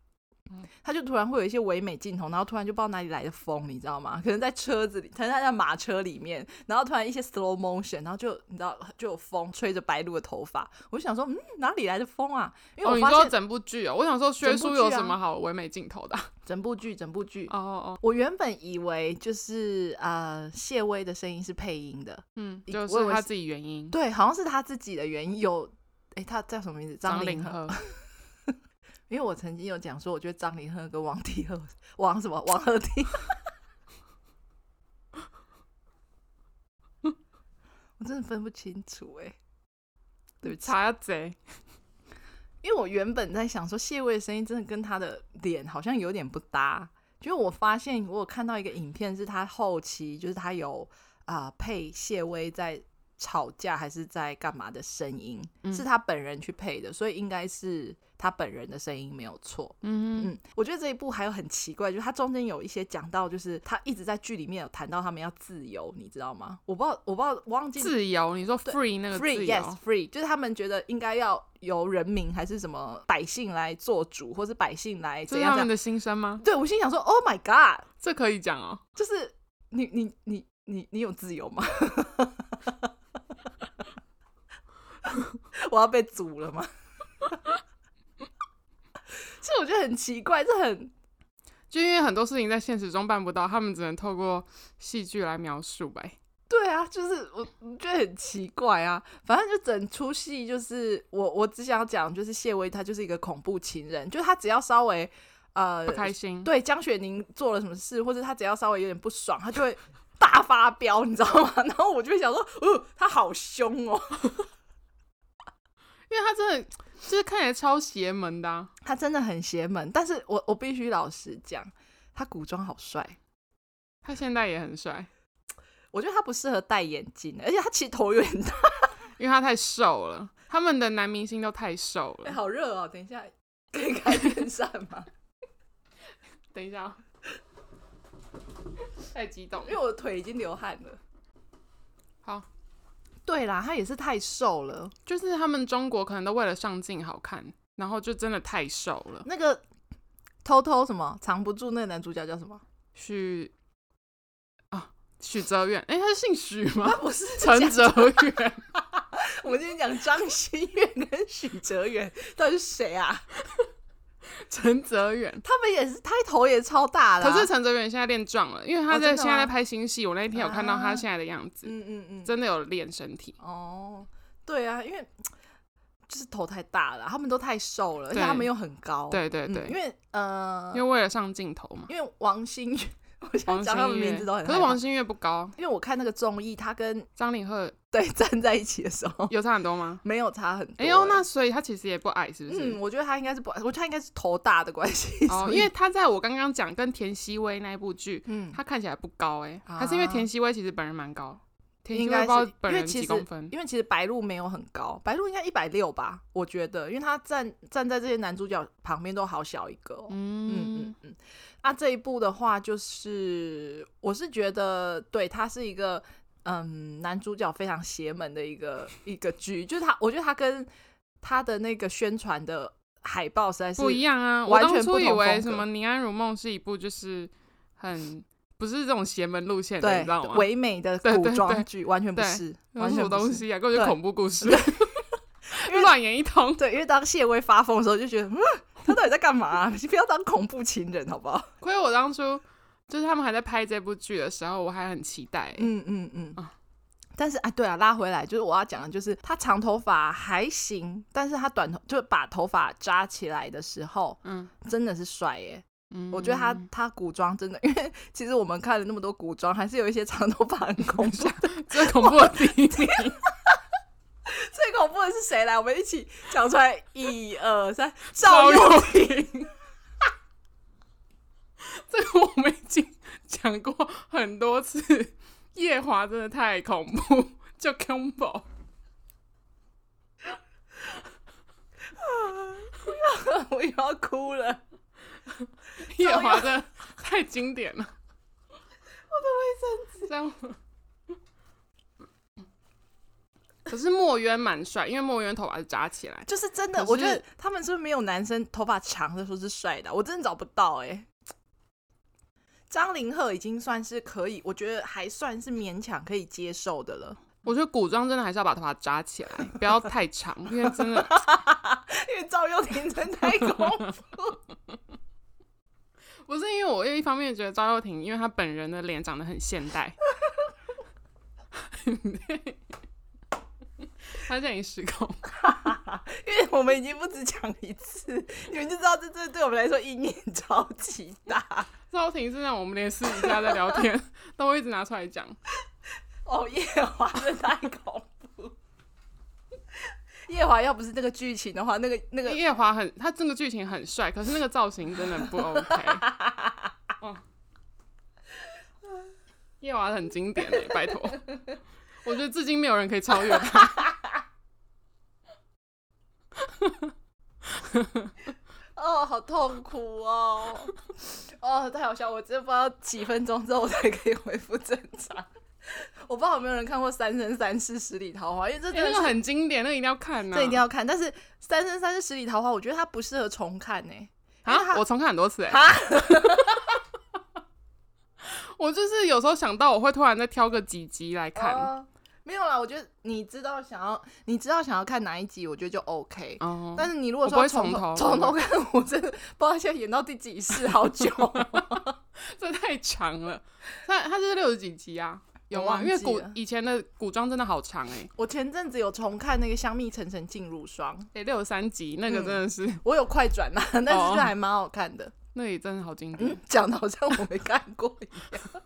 S1: 嗯。
S2: 他就突然会有一些唯美镜头，然后突然就不知道哪里来的风，你知道吗？可 能在车子里，可能在马车里面，然后突然一些 slow motion，然后就你知道就有风吹着白鹿的头发，我就想说，嗯，哪里来的风啊？ 因为
S1: 哦，
S2: 我
S1: 你
S2: 发
S1: 说
S2: 现
S1: 整部剧哦，我想说薛
S2: 整部
S1: 叔
S2: 剧
S1: 有什
S2: 啊
S1: 么好唯美镜头 的啊？
S2: 整部剧，整部剧，
S1: 哦哦，哦
S2: 我原本以为就是呃谢薇的声音是配音的，
S1: 嗯，
S2: 以
S1: 就
S2: 我以
S1: 是
S2: 为
S1: 他
S2: 是
S1: 自己原因。
S2: 对，好像是他自己的原因有，哎，他叫什么名字？
S1: 张
S2: 凌
S1: 凌
S2: 赫。
S1: 赫，
S2: 因为我曾经有讲说，我觉得张凌赫跟王帝赫，王什么王鹤棣，我真的分不清楚哎、 对不 起，
S1: 查贼，
S2: 因为我原本在想说谢薇的声音真的跟她的脸好像有点不搭，就是我发现我有看到一个影片，是她后期就是她有啊、呃配谢薇在吵架还是在干嘛的声音，
S1: 嗯
S2: 是她本人去配的，所以应该是她本人的声音没有错。
S1: 嗯
S2: 嗯，我觉得这一部还有很奇怪，就是它中间有一些讲到，就是他一直在剧里面有谈到他们要自由，你知道吗？我不知道，我不知道，忘记
S1: 自由，你说 free 那个自
S2: free
S1: 由
S2: yes free，就是他们觉得应该要由人民还是什么百姓来做主，或是百姓来
S1: 这
S2: 怎
S1: 是
S2: 样
S1: 他
S2: 怎
S1: 们
S2: 样。
S1: 的心声吗？
S2: 对我心想说，Oh my god，
S1: 这可以讲哦。
S2: 就是你你你你你有自由吗？ 我要被阻了吗？ 其实我觉得很奇怪，这很
S1: 就因为很多事情在现实中办不到，他们只能透过戏剧来描述呗。
S2: 对啊，就是我我觉得很奇怪啊。反正就整出戏，就是我我只想讲，就是谢薇她就是一个恐怖情人，就是她只要稍微呃
S1: 不开心，
S2: 对江雪宁做了什么事，或者她只要稍微有点不爽，她就会大发飙，你知道吗？然 后我就会想说，哦、她好凶哦，
S1: 因为他真的就是看起来超邪门的、啊。
S2: 她真的很邪门。但是我我必须老实讲，她古装好帅。
S1: 他现在也很帅，
S2: 我觉得她不适合戴眼镜，而且她其实头有点大。
S1: 因为他太瘦了。他们的男明星都太瘦
S2: 哎、
S1: 了。
S2: 好热哦！等一下可以开电扇吗？
S1: 等一下、哦，太激动
S2: 因为
S1: 了。
S2: 我的腿已经流汗了。
S1: 好，
S2: 对啦，他也是太瘦了。
S1: 就是他们中国可能都为了上镜好看，然后就真的太瘦了。
S2: 那个偷偷什么藏不住那个男主角叫什么？
S1: 许啊，许哲远，哎、他是姓许
S2: 他
S1: 吗？
S2: 不是
S1: 陈
S2: 讲
S1: 哲远，
S2: 我们今天讲张馨月跟许哲远到底是谁啊？
S1: 陈哲远。
S2: 他们也是，他头也超大的啊、
S1: 可是陈哲远现在练壮了，因为
S2: 哦
S1: 他在、
S2: 真的
S1: 现
S2: 吗
S1: 在在拍新戏，我那一天有看到他
S2: 啊
S1: 现在的样子，
S2: 嗯嗯嗯，
S1: 真的有练身体。
S2: 哦，对啊，因为就是头太大了，他们都太瘦了，而且
S1: 对
S2: 他们又很高。
S1: 对对
S2: 哦嗯
S1: 对，
S2: 因为呃
S1: 因为，为了上镜头嘛，
S2: 因为王心 我现在
S1: 王
S2: 讲他们
S1: 心
S2: 名
S1: 月
S2: 字都很
S1: 可
S2: 害
S1: 是
S2: 怕
S1: 王心月不高，
S2: 因为我看那个综艺，他跟
S1: 张凌赫
S2: 对站在一起的时候，
S1: 有差很多吗？
S2: 没有差很多、欸
S1: 哎呦，那所以他其实也不矮，是不是？
S2: 嗯，我觉得他应该是不，我觉得他应该是头大的关系。
S1: 哦，
S2: 所以
S1: 因为他在我刚刚讲跟田曦薇那一部剧，
S2: 嗯，
S1: 他看起来不高哎、
S2: 啊
S1: 还是因为田曦薇其实本人蛮高，田曦
S2: 应
S1: 薇
S2: 该
S1: 不
S2: 是
S1: 知道本
S2: 因为
S1: 人
S2: 其
S1: 几
S2: 实
S1: 公分，
S2: 因为其实白鹿没有很高，白鹿应该一百六吧，我觉得，因为他站站在这些男主角旁边都好小一个、哦。嗯
S1: 嗯
S2: 嗯嗯，啊，这一部的话，就是我是觉得，对他是一个，嗯，男主角非常邪门的一个一个剧，就是他，我觉得他跟他的那个宣传的海报实在是
S1: 不一样啊。我
S2: 完全
S1: 当初
S2: 不
S1: 以
S2: 同
S1: 为
S2: 风
S1: 什
S2: 格
S1: 么《宁安如梦》是一部就是很不是这种邪门路线的，
S2: 对
S1: 你知道吗？
S2: 唯美的
S1: 对
S2: 古
S1: 对
S2: 装
S1: 对
S2: 剧，完全不
S1: 对
S2: 是，
S1: 有
S2: 完
S1: 什
S2: 全
S1: 么
S2: 不
S1: 东
S2: 是。
S1: 西啊，根本就
S2: 对
S1: 恐怖故事，
S2: 因为
S1: 乱演一 通。
S2: 对，因为当谢薇发疯的时候，就觉得，嗯，他到底在干嘛、啊？ 你不要当恐怖情人好 不好？
S1: 亏我当初就是他们还在拍这部剧的时候，我还很期待、欸。
S2: 嗯嗯嗯
S1: 啊。
S2: 但是哎，对啊，拉回来就是我要讲的，就是他长头发还行，但是他短头就是把头发扎起来的时候，
S1: 嗯
S2: 真的是帅耶！
S1: 嗯，
S2: 我觉得他他古装真的， 因为其实我们看了那么多古装，还是有一些长头发很恐怖。
S1: 最恐 怖的第一名，
S2: 最恐怖的是谁来？我们一起讲出来，一二三，
S1: 赵
S2: 赵
S1: 又
S2: 又
S1: 廷。 这个我们已经讲过很多次，夜华真的太恐怖，就 combo。
S2: 廷， 我又要哭了。
S1: 夜华真的太经典了，我的卫生纸。这样吗。可是墨渊蛮帅，因为墨渊头发是扎起来，
S2: 就是真的，
S1: 可
S2: 我觉得
S1: 是
S2: 他们是不是没有男生头发长的说是帅的啊？我真的找不到哎、张凌赫已经算是可以，我觉得还算是勉强可以接受的了，
S1: 我觉得古装真的还是要把头发扎起来，不要太长，因为真的，
S2: 因为赵又廷真的太恐 怖。
S1: 不是因为我又一方面觉得赵又廷，因为他本人的脸长得很现代，他现在已经失控。
S2: 因为我们已经不止讲一次，你们就知道这这对我们来说意义超级大。
S1: 赵又廷是让我们连私底下在聊天 都会一直拿出来讲，
S2: 哦，夜华真的太恐怖。夜华要不是那个剧情的话，那个那个
S1: 夜华很，他这个剧情很帅，可是那个造型真的 不 OK。哦，夜华很经典欸，拜托，我觉得至今没有人可以超越他。
S2: 哦，好痛 苦哦！哦，太好笑，我真的不知道几分钟之后我才可以恢复正常。我不知道有没有人看过《三生三世十里桃花》，因为这
S1: 欸
S2: 真的
S1: 那
S2: 是、
S1: 个很经典，那个一定要看啊呐、
S2: 这一定要看。但是《三生三世十里桃花》，我觉得它不适合重看欸呢、因为
S1: 啊！
S2: 它
S1: 我重看很多次哎、
S2: 啊
S1: 我就是有时候想到，我会突然再挑个几集来看。哦
S2: 哦没有啦，我觉得你知道想要你知道想要看哪一集，我觉得就 OK。但是你如果
S1: 哦我不
S2: 说
S1: 会
S2: 从
S1: 从头
S2: 从头看，我真的不知道现在演到第几世，好久哦。
S1: 这太长了，它它这是六十几集啊，有
S2: 我
S1: 啊，
S2: 忘
S1: 因
S2: 记
S1: 为古
S2: 了
S1: 以前的古装真的好长哎、
S2: 我前阵子有重看那个《香蜜沉沉烬如霜》，
S1: 得欸六十三集，那个
S2: 嗯
S1: 真的是，
S2: 我有快转啦， 但是
S1: 哦
S2: 就还蛮好看的。
S1: 那里真的好经典。
S2: 嗯，讲的好像我没看过一 样。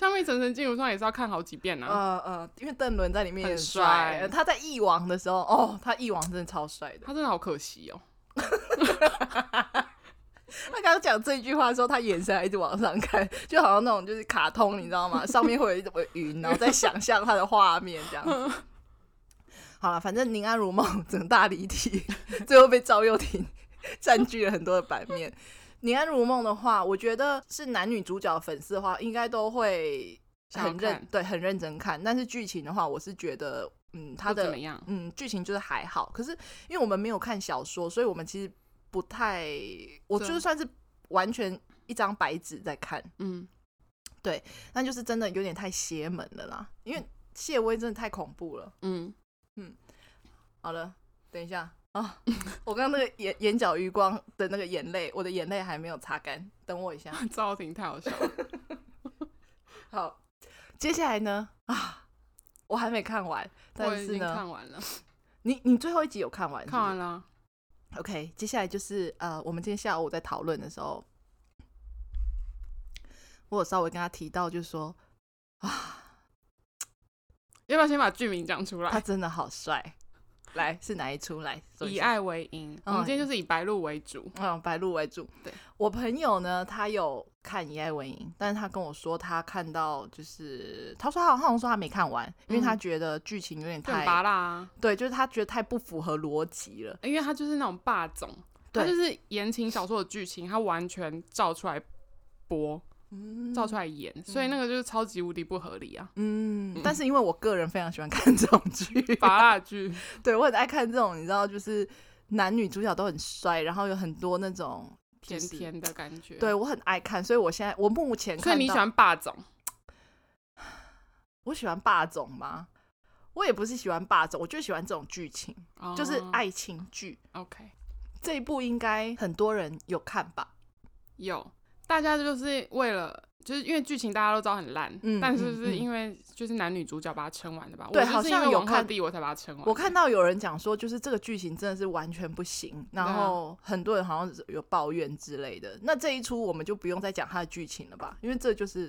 S1: 上面《层层进入窗》也是要看好几遍啊。
S2: 呃呃，因为邓伦在里面也
S1: 很
S2: 帅，
S1: 帅
S2: 呃他在《翼王》的时候，哦，他《翼王》真的超帅的。
S1: 他真的好可惜哦，
S2: 他刚刚讲这一句话的时候，他眼神还一直往上看，就好像那种就是卡通，你知道吗？上面会有一朵云，然后在想象他的画面这样
S1: 嗯
S2: 子。好了，反正《宁安如梦》整个大离题，最后被赵又廷占据了很多的版面。《宁安如梦》的话，我觉得是男女主角粉丝的话，应该都会
S1: 想
S2: 很认
S1: 看
S2: 对很认真看。但是剧情的话，我是觉得，嗯，他
S1: 不怎
S2: 的
S1: 么样？
S2: 嗯，剧情就是还好，可是因为我们没有看小说，所以我们其实不太，我
S1: 对
S2: 就是算是完全一张白纸在看，
S1: 嗯，
S2: 那就是真的有点太邪门了啦。因为谢薇真的太恐怖了。
S1: 嗯，
S2: 好了，等一下啊，我刚刚那个眼眼角余光的那个眼泪，我的眼泪还没有擦干，等我一下。
S1: 赵又廷嗯太好笑了。
S2: 好，接下来呢啊，我还没看完，
S1: 我
S2: 但
S1: 已
S2: 是
S1: 经
S2: 呢，
S1: 看完了，
S2: 你你最后一集有看完是不是？
S1: 看完了啊。
S2: OK，接下来就是呃，我们今天下午在讨论的时候，我有稍微跟他提到，就说
S1: 要不要先把剧名讲出
S2: 他
S1: 来？
S2: 真的好帅。来，是哪一出？来，说一
S1: 以
S2: 下哦
S1: 爱为因，我们今天就是以白鹿为主。
S2: 嗯，白鹿为主。
S1: 对，
S2: 我朋友呢，他有看《以爱为营》，但是他跟我说他看到就是，他说他好像说他没看完，因为他
S1: 嗯
S2: 觉得剧情有点
S1: 就很
S2: 太，
S1: 拔辣啊，
S2: 对，就是他觉得太不符合逻辑了。
S1: 因为他就是那种霸总，他
S2: 对
S1: 就是言情小说的剧情，他完全照出来播，
S2: 嗯
S1: 照出来演，所以那个就是超级无敌不合理啊，
S2: 嗯，但是因为我个人非常喜欢看这种剧，
S1: 拔辣剧。
S2: 对我很爱看这种，你知道，就是男女主角都很帅，然后有很多那种
S1: 甜
S2: 就是
S1: 甜的感觉。
S2: 对，我很爱看，所以我现在我目前
S1: 所以
S2: 看
S1: 你喜
S2: 到
S1: 欢霸总，
S2: 我喜欢霸总吗？我也不是喜欢霸总，我就喜欢这种剧情，就是
S1: 哦
S2: 爱情剧。
S1: OK，
S2: 这一部应该很多人有看吧？
S1: 有大家就是为了。就是因为剧情大家都知道很烂，
S2: 嗯
S1: 但
S2: 嗯
S1: 是是
S2: 嗯
S1: 因为就是男女主角把它撑完的吧？
S2: 对
S1: 我就
S2: 好
S1: 是
S2: 像
S1: 因为
S2: 有
S1: 王鹤
S2: 看
S1: 棣我才把它撑完。
S2: 我看到有人讲说，就是这个剧情真的是完全不行，
S1: 啊
S2: 然后很多人好像有抱怨之类的。那这一出我们就不用再讲它的剧情了吧？因为这就是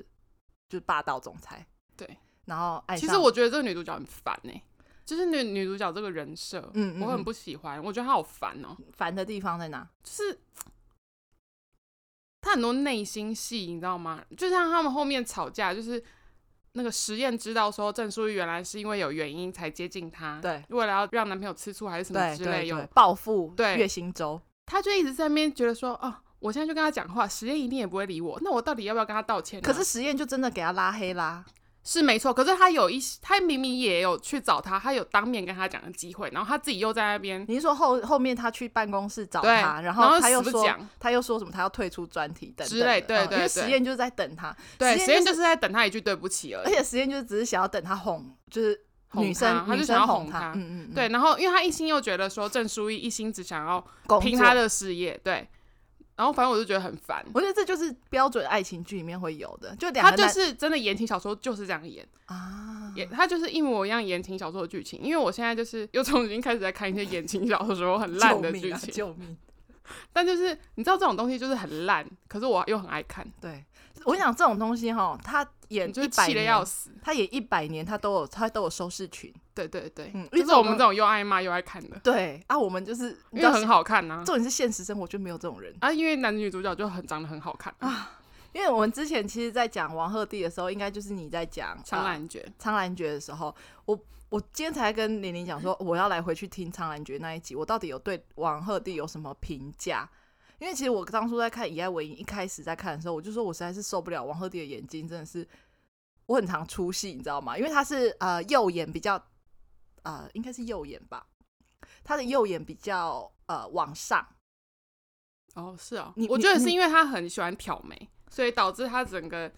S2: 就是霸道总裁。
S1: 对，
S2: 然后爱
S1: 其
S2: 上
S1: 实我觉得这个女主角很烦哎、就是女女主角这个人设，
S2: 嗯嗯
S1: 我很
S2: 嗯
S1: 不喜欢，我觉得她好烦哦、
S2: 烦的地方在哪？
S1: 就是她很多内心戏，你知道吗？就像他们后面吵架，就是那个实验知道说郑书玉原来是因为有原因才接近她，
S2: 对
S1: 为了要让男朋友吃醋还是什么
S2: 对
S1: 之类
S2: 对
S1: 有
S2: 对，暴富
S1: 对
S2: 月薪周，
S1: 她就一直在那边觉得说，哦，我现在就跟他讲话，实验一定也不会理我，那我到底要不要跟他道歉呢？
S2: 可是实验就真的给他拉黑啦。
S1: 是没错，可是他有一些，他明明也有去找他，他有当面跟他讲的机会，然后他自己又在那边
S2: 你是说后后面他去办公室找
S1: 嗯对
S2: 他，
S1: 然
S2: 后他
S1: 死
S2: 又
S1: 不
S2: 说
S1: 讲
S2: 他又说什么他要退出专题等等
S1: 之类
S2: 的
S1: 对
S2: 嗯
S1: 对
S2: 因为
S1: 对
S2: 实验就是在等他，
S1: 对，
S2: 实
S1: 实
S2: 验
S1: 验
S2: 就
S1: 就是
S2: 是哎
S1: 在等他一句对不起而
S2: 而
S1: 已。
S2: 且实验就只是想要等他哄，就是
S1: 哄
S2: 女生
S1: 他他就
S2: 女
S1: 想
S2: 生
S1: 要
S2: 哄
S1: 哄他
S2: 嗯嗯嗯，
S1: 对，然后因为他一心又觉得说郑书一一心只想要
S2: 工
S1: 拼
S2: 作
S1: 他，的事业，对，然后反正我就觉得很烦。
S2: 我觉得这就是标准爱情剧里面会有的，就两
S1: 他
S2: 个
S1: 就
S2: 男
S1: 是真的言情小说就是这样演，
S2: 啊，
S1: 演他就是一模一样言情小说的剧情。因为我现在就是又重新开始在看一些言情小说，很烂
S2: 救
S1: 的
S2: 命
S1: 剧
S2: 啊，
S1: 情。
S2: 救命！
S1: 但就是你知道这种东西就是很烂，可是我又很爱看，
S2: 对，我想这种东西哈，他演
S1: 你就
S2: 一
S1: 是
S2: 百
S1: 气的
S2: 年，
S1: 要死。
S2: 他演一百年，他都有他都有收视群，
S1: 对对对，
S2: 嗯因为
S1: 就是
S2: 这
S1: 我
S2: 种
S1: 们
S2: 东
S1: 这种又爱骂又爱看的，
S2: 对啊，我们就是
S1: 因
S2: 你知
S1: 为
S2: 道
S1: 很好看呐、
S2: 重点是现实生活就没有这种人。
S1: 啊。因为男女主角就很长得很好看啊，
S2: 因为我们之前其实，在讲王鹤棣的时候，应该就是你在讲《
S1: 长
S2: 呃
S1: 兰诀。
S2: 苍兰诀》的时候，我我今天才跟玲玲讲说，我要来回去听《苍兰诀》那一集，我到底有对王鹤棣有什么评价？因为其实我当初在看《以爱为营》，一开始在看的时候，我就说我实在是受不了王鹤棣的眼睛，真的是我很常出戏，你知道吗？因为他是呃右眼比较呃应该是右眼吧，他的右眼比较呃往上，
S1: 哦，是哦
S2: 你，
S1: 我
S2: 你
S1: 觉得是
S2: 你
S1: 因为他很喜欢挑眉，所以导致他整个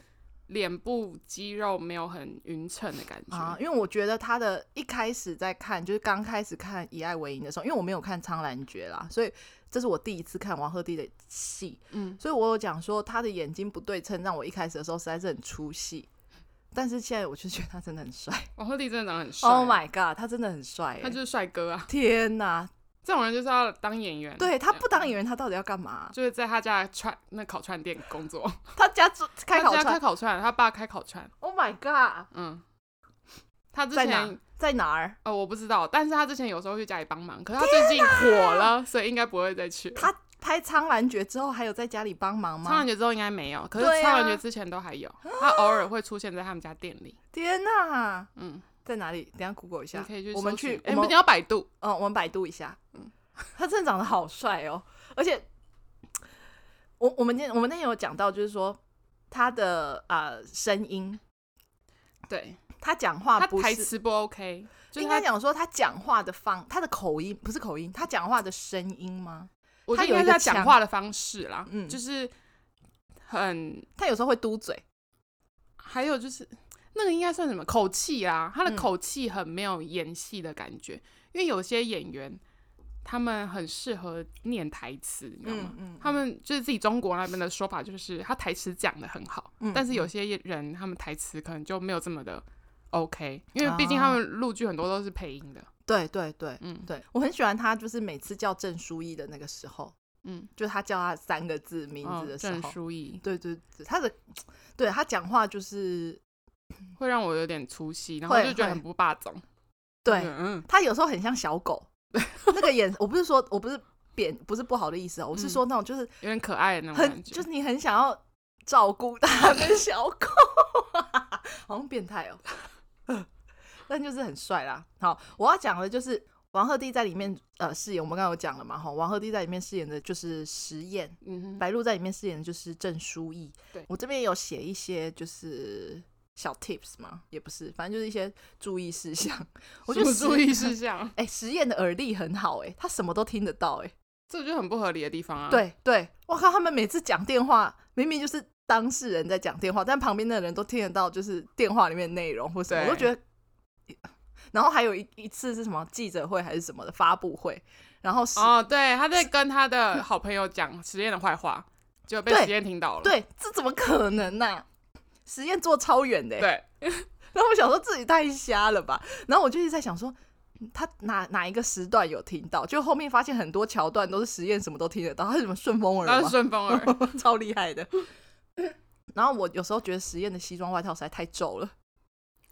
S1: 脸部肌肉没有很匀称的感觉。
S2: 啊，因为我觉得他的一开始在看，就是刚开始看《以爱为营》的时候，因为我没有看《苍兰诀》啦，所以这是我第一次看王鹤棣的戏，
S1: 嗯，
S2: 所以我有讲说他的眼睛不对称，让我一开始的时候实在是很出戏。但是现在我就觉得他真的很帅
S1: 王鹤棣真的长得很帅
S2: ，Oh my god，他真的很帅、
S1: 他
S2: 欸
S1: 就！是帅哥啊！
S2: 天哪，
S1: 这种人就是要当演员，
S2: 对他不当演员，他到底要 干嘛？
S1: 就是在他家串那烤串店工作，
S2: 他家做 开烤
S1: 他家
S2: 串
S1: 开烤串，他爸开烤串，
S2: ，Oh my god，
S1: 嗯，他之
S2: 在哪
S1: 前。
S2: 在哪儿？
S1: 呃，我不知道，但是他之前有时候去家里帮忙，可是他最近火了，所以应该不会再去了。
S2: 他拍《苍兰诀》之后还有在家里帮忙
S1: 苍
S2: 吗
S1: 兰？诀之后应该没有，可是
S2: 对啊
S1: 苍兰诀之前都还有，他偶尔会出现在他们家店里。
S2: 天哪，
S1: 嗯，
S2: 在哪里？等一下 Google 一下，
S1: 你可以去
S2: 我们
S1: 搜寻
S2: 去，
S1: 哎、
S2: 我
S1: 不
S2: 们
S1: 行要百度。
S2: 嗯，我们百度一下。嗯 他真的长得好帅哦，而且我我们今天我们那天有讲到，就是说他的呃声音，
S1: 对，
S2: 他讲话
S1: 他
S2: 啊不
S1: 台
S2: 是。
S1: 词不 OK，就是
S2: 应
S1: 他
S2: 该，讲说他讲话的方，他的口音不是口音，他讲话的声音吗？
S1: 我觉
S2: 他
S1: 得
S2: 有
S1: 应该是
S2: 一
S1: 他
S2: 个
S1: 讲
S2: 腔
S1: 话的方式啦，
S2: 嗯
S1: 就是很，
S2: 他有时候会嘟嘴，
S1: 还有就是那个应该算什么口气啊？他的
S2: 嗯
S1: 口气很没有演戏的感觉，因为有些演员他们很适合念台词，你知道吗？
S2: 嗯
S1: 他们就是自己中国那边的说法，就是他台词讲的很好，
S2: 嗯
S1: 但是有些人他们台词可能就没有这么的 OK，因为毕竟他们录剧很多都是配音的。
S2: 哦对对对，
S1: 嗯
S2: 对我很喜欢他，就是每次叫郑书义的那个时候，
S1: 嗯，
S2: 就他叫他三个字名
S1: 哦
S2: 字的时
S1: 郑
S2: 候，
S1: 书意
S2: 对对对，他的对他讲话就是
S1: 会让我有点出戏，然后
S2: 嗯会
S1: 就觉得
S2: 会
S1: 很不霸总。
S2: 对，
S1: 嗯，
S2: 他有时候很像小狗， 那个眼，我不是说我不是贬，不是不好的意思哦，我是
S1: 嗯
S2: 说那种就是
S1: 有点可爱的那种
S2: 很，
S1: 感觉。
S2: 就是你很想要照 顾他的小狗， 好像变态哦， 但就是很帅啦。好，我要讲的就是王鹤棣在里面呃饰演，我们刚刚有讲了嘛，哈，王鹤棣在里面饰演的就是石燕，
S1: 嗯哼，
S2: 白鹿在里面饰演的就是郑书意。
S1: 对
S2: 我这边有写一些就是小 tips 嘛，也不是，反正就是一些注意事项。 我觉得
S1: 什么
S2: 石
S1: 注意事项，
S2: 哎、实验的耳力很好哎、他什么都听得到哎、
S1: 这就很不合理的地方啊。，
S2: 对对，我靠，他们每次讲电话，明明就是当事人在讲电话，但旁边的人都听得到，就是电话里面的内容或什么，
S1: 对
S2: 我都觉得。然后还有一一次是什么记者会还是什么的发布会，然后是、
S1: 哦，对，他在跟他的好朋友讲实验的坏话，结果被
S2: 对
S1: 实验听到了。
S2: 对，这怎么可能呢、实验做超远的、欸，
S1: 对，
S2: 然后我想说自己太瞎了吧，然后我就一直在想说，嗯他哪哪一个时段有听到？就后面发现很多桥段都是实验什么都听得到，他是什么顺风耳
S1: 他
S2: 吗
S1: 是？顺风耳。
S2: 超厉害的。然后我有时候觉得实验的西装外套实在太皱了，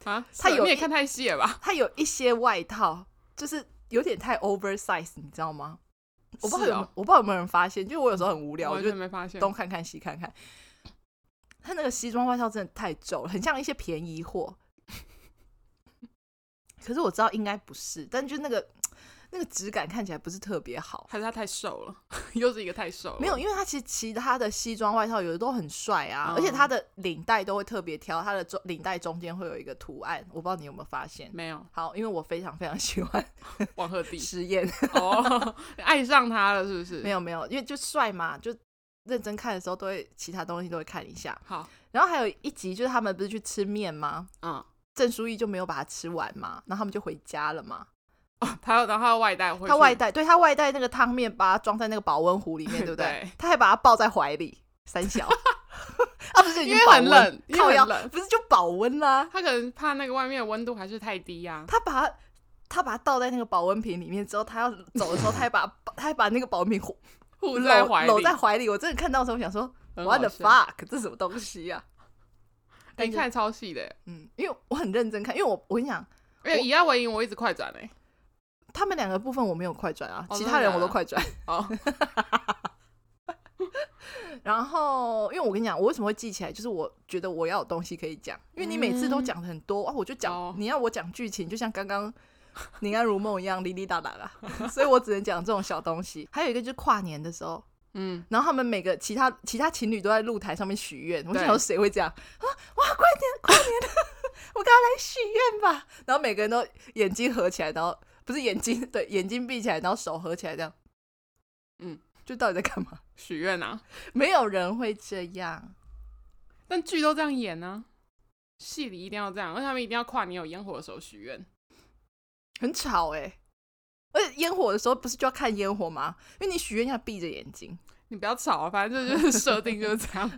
S1: 啊，
S2: 他
S1: 是
S2: 有
S1: 你也
S2: 一
S1: 看太细了吧？
S2: 它有一些外套就是有点太 oversize，你知道吗？我不知道有没有、
S1: 是哦
S2: 我不知道有没有人发现，就我有时候很无聊，我
S1: 完
S2: 就
S1: 全没发现。
S2: 东看看西看看。他那个西装外套真的太皱了，很像一些便宜货。 可是我知道应该不是，但就那个那个质感看起来不是特别好。
S1: 还是他太瘦了， 又是一个太瘦了。
S2: 没有，，因为他其实其他的西装外套有的都很帅啊，
S1: 嗯
S2: 而且他的领带都会特别挑，他的中领带中间会有一个图案，我不知道你有没有发现。
S1: 没有
S2: 好，因为我非常非常 喜 欢
S1: 王鹤棣
S2: 实验，
S1: 哦， 爱上他了是不是？
S2: 没
S1: 有。
S2: 有没有，因为就帅嘛，就认真看的时候都会其他东西都会看一下。
S1: 好，
S2: 然后还有一集就是他们不是去吃面吗？
S1: 嗯，
S2: 郑书意就没有把它吃完嘛，然后他们就回家了嘛。
S1: 他要然后他的外带会
S2: 他外带，对他外带那个汤面，把它装在那个保温 壶里面，对不对？
S1: 对
S2: 他还把它抱在怀里，三 小。 啊，不是已
S1: 因
S2: 经
S1: 为
S2: 保
S1: 很
S2: 温
S1: 冷，因
S2: 靠
S1: 为
S2: 腰
S1: 很冷，
S2: 不是就保温啦、
S1: 他可能怕那个外面的温度还是太低啊呀、
S2: 他把它他把它倒在那个保温瓶里面之后，他要走的时候，他还把 他还把那个保温瓶 搂
S1: 护在怀
S2: 搂
S1: 里。
S2: 在怀里。我真的看到的时候，我想说
S1: 很
S2: ，What the
S1: 好笑
S2: fuck，这什么东西呀、
S1: 哎你看超细的，
S2: 嗯，因为我很认真看，因为我我跟你讲，
S1: 因为以亚为营我一直快转哎、
S2: 他们两个部分我没有快转啊，
S1: 哦
S2: 其
S1: 真的
S2: 他人我
S1: 假的
S2: 都快转。
S1: 哦，
S2: 然后，因为我跟你讲，我为什么会记起来，就是我觉得我要有东西可以讲，因为你每次都讲的很多、啊，我就讲，
S1: 哦
S2: 你要我讲剧情，就像刚刚 宁安如梦一样，哩哩哒哒啦，所以我只能讲这种小东西。还有一个就是跨年的时候，
S1: 嗯，
S2: 然后他们每个其他其他情侣都在露台上面许愿，我
S1: 对
S2: 想说谁会这样啊？哇，快点， 跨年了，我赶快来许愿吧。然后每个人都眼睛合起来，然后不是眼睛，对，眼睛闭起来，然后手合起来这样，
S1: 嗯，
S2: 就到底在干嘛？
S1: 许愿啊，
S2: 没有人会这样。
S1: 但剧都这样演呢、戏里一定要这样，而且他们一定要跨年有烟火的时候许愿。
S2: 很吵哎、而且烟火的时候不是就要看烟火吗？因为你许愿要闭着眼睛，
S1: 你不要吵啊，反正这就是 设定就是这 样，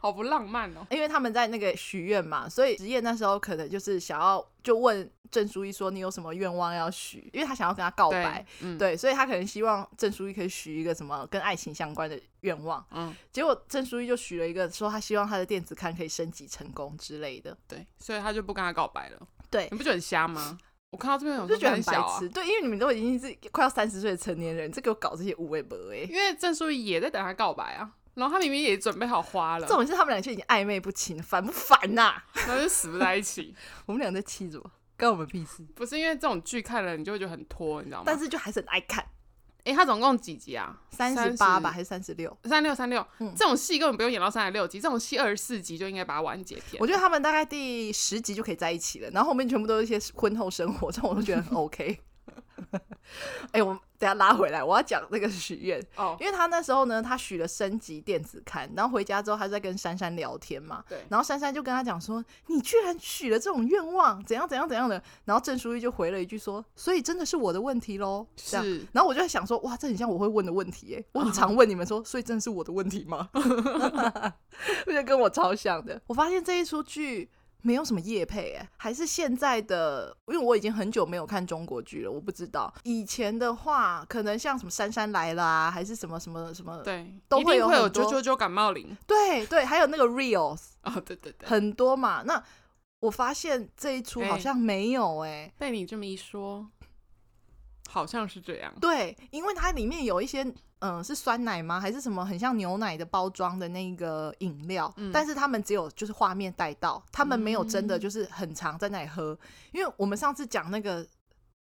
S1: 好不浪漫哦。
S2: 因为他们在那个许愿嘛，所以职业那时候可能就是想要就问郑书意说你有什么愿望要许，因为他想要跟他告白
S1: 对，，嗯，，
S2: 对，所以他可能希望郑书意可以许一个什么跟爱情相关的愿望，
S1: 嗯，
S2: 结果郑书意就许了一个说他希望他的电子刊可以升级成功之类的，
S1: 对，所以他就不跟他告白了。
S2: 对
S1: 你不觉得很瞎吗？我看到这边有
S2: 我就哦觉得很白
S1: 小啊
S2: 痴，，对，因为你们都已经是快要三十岁的成年人，你这给我搞这些无为不为。
S1: 因为郑书怡也在等他告白啊，然后他明明也准备好花了
S2: 这，种是他们俩就已经暧昧不清，烦不烦呐、
S1: 然后就死不在一起。
S2: 我们俩在气什么？关我们屁事。
S1: 不是因为这种剧看了你就会觉得很拖，你知道吗？
S2: 但是就还是很爱看，
S1: 诶，他总共几集啊？
S2: 三十八吧，还是三十六？
S1: 三六三六
S2: 嗯，
S1: 这种戏根本不用演到三十六集，这种戏二十四集就应该把它完结篇。
S2: 我觉得他们大概第十集就可以在一起了，然后后面全部都是一些婚后生活，这种我都觉得很 OK。哎、我们等一下拉回来，我要讲那个许愿，
S1: 哦，
S2: 因为他那时候呢，他许了升级电子刊，然后回家之后，他就在跟珊珊聊天嘛，
S1: 对，
S2: 然后珊珊就跟他讲说：“你居然许了这种愿望，怎样怎样怎样的。”然后郑书玉就回了一句说：“所以真的是我的问题喽。”这样。
S1: 是
S2: 然后我就在想说，哇，这很像我会问的问题耶！我很常问你们说，所以真的 是我的问题吗？我觉得跟我超像的。我发现这一出剧没有什么业配哎，还是现在的，因为我已经很久没有看中国剧了，我不知道以前的话，可能像什么珊珊来了啊，还是什么什么什么，
S1: 对，
S2: 呃都
S1: 一
S2: 会
S1: 定
S2: 有
S1: 会有
S2: 很多
S1: 啾啾啾感冒灵
S2: 对对，还有那个 reels
S1: 哦，对对对，
S2: 很多嘛。那我发现这一出好
S1: 哎
S2: 像没有哎、
S1: 被你这么一说，好像是这样。
S2: 对，因为它里面有一些，嗯、是酸奶吗？还是什么很像牛奶的包装的那个饮料？
S1: 嗯
S2: 但是他们只有就是画面带到，他们没有真的
S1: 嗯
S2: 就是很常在那里喝。因为我们上次讲那个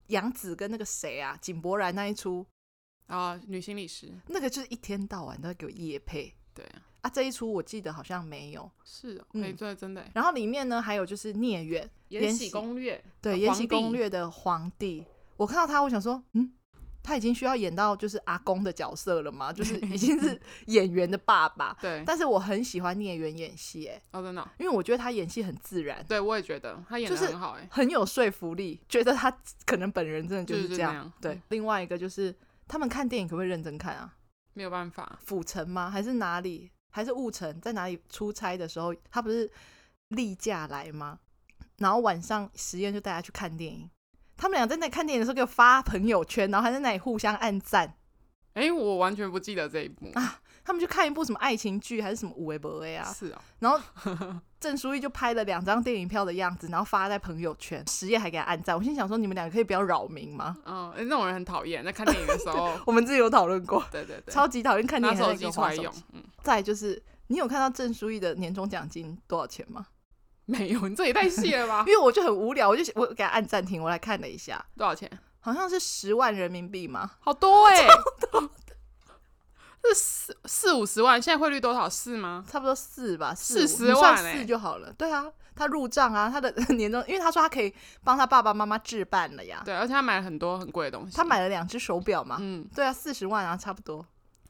S2: 杨紫跟那个谁啊，井柏然那一出，
S1: 啊、女心理师，
S2: 那个就是一天到晚都在给我夜配
S1: 对啊，
S2: 啊。这一出我记得好像没有。
S1: 是、哦，
S2: 嗯
S1: 哎、对，真的耶，
S2: 然后里面呢还有就是聂远，
S1: 《
S2: 延
S1: 延
S2: 禧
S1: 禧攻略》
S2: 对《
S1: 啊
S2: 延禧
S1: 皇帝
S2: 攻略》的皇帝，我看到他，我想说，嗯，他已经需要演到就是阿公的角色了吗？就是已 经是演员的爸爸。
S1: 对，
S2: 但是我很喜欢聂远演戏，哎，
S1: 哦，真的哦、
S2: 因为我觉得他演戏很自然，
S1: 对我也觉得他演
S2: 就
S1: 的
S2: 是
S1: 很好、哎、
S2: 很有说服力，觉得他可能本人真的就
S1: 就是是
S2: 这样。
S1: 那样
S2: 对
S1: 嗯，
S2: 另外一个就是他们看电影可不可以认真看啊？
S1: 没有办法，
S2: 府城吗？还是哪里？还是雾城？在哪里出差的时候，他不是例假来吗？然后晚上实验就带他去看电影，他们俩在那里看电影的时候给我发朋友圈，然后还在那里互相暗赞。
S1: 哎、我完全不记得这一部，
S2: 他们去看一部什么爱情剧还是什么五维博 A 啊？
S1: 是哦，
S2: 然后郑书意就拍了两张电影票的样子，然后发在朋友圈，实验还给他暗赞。我心想说，你们两个可以不要扰民吗？
S1: 嗯、哎那种人很讨厌，在看电影的时 候，
S2: 我们自己有讨论过，
S1: 对对对，
S2: 超级讨厌看电
S1: 拿
S2: 影还
S1: 手
S2: 在给
S1: 机
S2: 我
S1: 出
S2: 划
S1: 来
S2: 手
S1: 用
S2: 机。，
S1: 嗯，
S2: 再来就是，你有看到郑书意的年终奖金多少钱吗？
S1: 没有，你这也太细了吧
S2: ？因为我就很无聊，我就我给他按暂停，我来看了一下，
S1: 多少钱？
S2: 好像是十万人民币嘛，
S1: 好多哎、 这四四五十万，现在汇率多少？四吗？
S2: 差不多四吧，
S1: 40
S2: 四五你
S1: 万
S2: 算
S1: 欸
S2: 四就好了。对啊，他入账啊，他的 年终，因为他说他可以帮他爸爸妈妈置办了呀，
S1: 对，而且他买了很多很贵的东西。
S2: 他，买了两只手表嘛，
S1: 嗯，
S2: 对啊，四十万啊，差不多，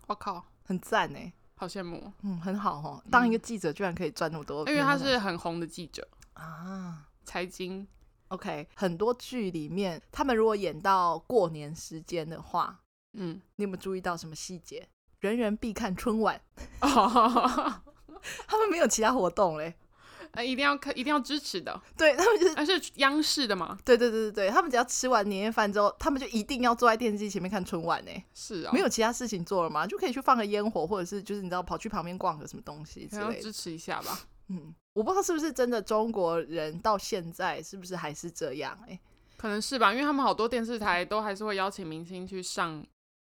S1: 我靠，
S2: 很赞哎、
S1: 好羡慕哦，
S2: 嗯，很好哦，当一个记者居然可以赚那么多，
S1: 因为他是很红的记者，
S2: 啊。
S1: 财经
S2: OK，很多剧里面，他们如果演到过年时间的话，
S1: 嗯，
S2: 你有没有注意到什么细节？人人必看春晚，
S1: 哦，
S2: 他们没有其他活动嘞。
S1: 呃一定要看，一定要支持的，
S2: 对他们就是
S1: 而是央视的嘛，
S2: 对对对对对，他们只要吃完年夜饭之后，他们就一定要坐在电视机前面看春晚呢、欸
S1: 是啊、
S2: 没有其他事情做了吗？就可以去放个烟火，或者是就是你知道跑去旁边逛个什么东西
S1: 可
S2: 之
S1: 能
S2: 类
S1: 要
S2: 的。
S1: 支持一下吧。
S2: 嗯，我不知道是不是真的中国人到现在是不是还是这样哎、
S1: 可能是吧，因为他们好多电视台都还是会邀请明星去上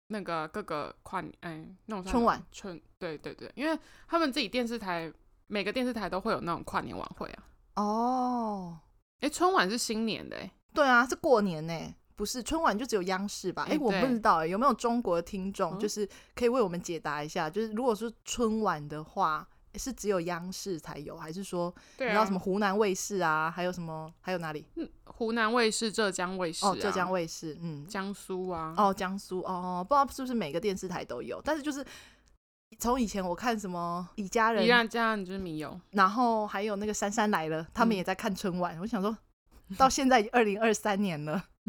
S1: 那个各个跨年，哎，那种算
S2: 春晚
S1: 春，对对对，因为他们自己电视台每个电视台都会有那种跨年晚会啊。
S2: 哦，
S1: 哎，春晚是新年的哎，
S2: 对啊，是过年呢、不是春晚就只有央视吧？哎、
S1: 哎
S2: 我
S1: 对
S2: 不知道、哎，有没有中国的听众，
S1: 嗯
S2: 就是可以为我们解答一下，就是如果是春晚的话，是只有央视才有，还是说
S1: 对啊
S2: 你知道什么湖南卫视啊，还有什么还有哪里？
S1: 湖南卫视、浙江卫视、啊、
S2: 哦，浙江、卫视，嗯，
S1: 江苏啊，
S2: 哦，江苏，哦，不知道是不是每个电视台都有，但是就是从以前我看什么《李家人
S1: 宜》，兰家人之谜有，
S2: 然后还有那个《珊珊来了》，他们
S1: 嗯
S2: 也在看春晚，我想说。到现在已经二零二三年了，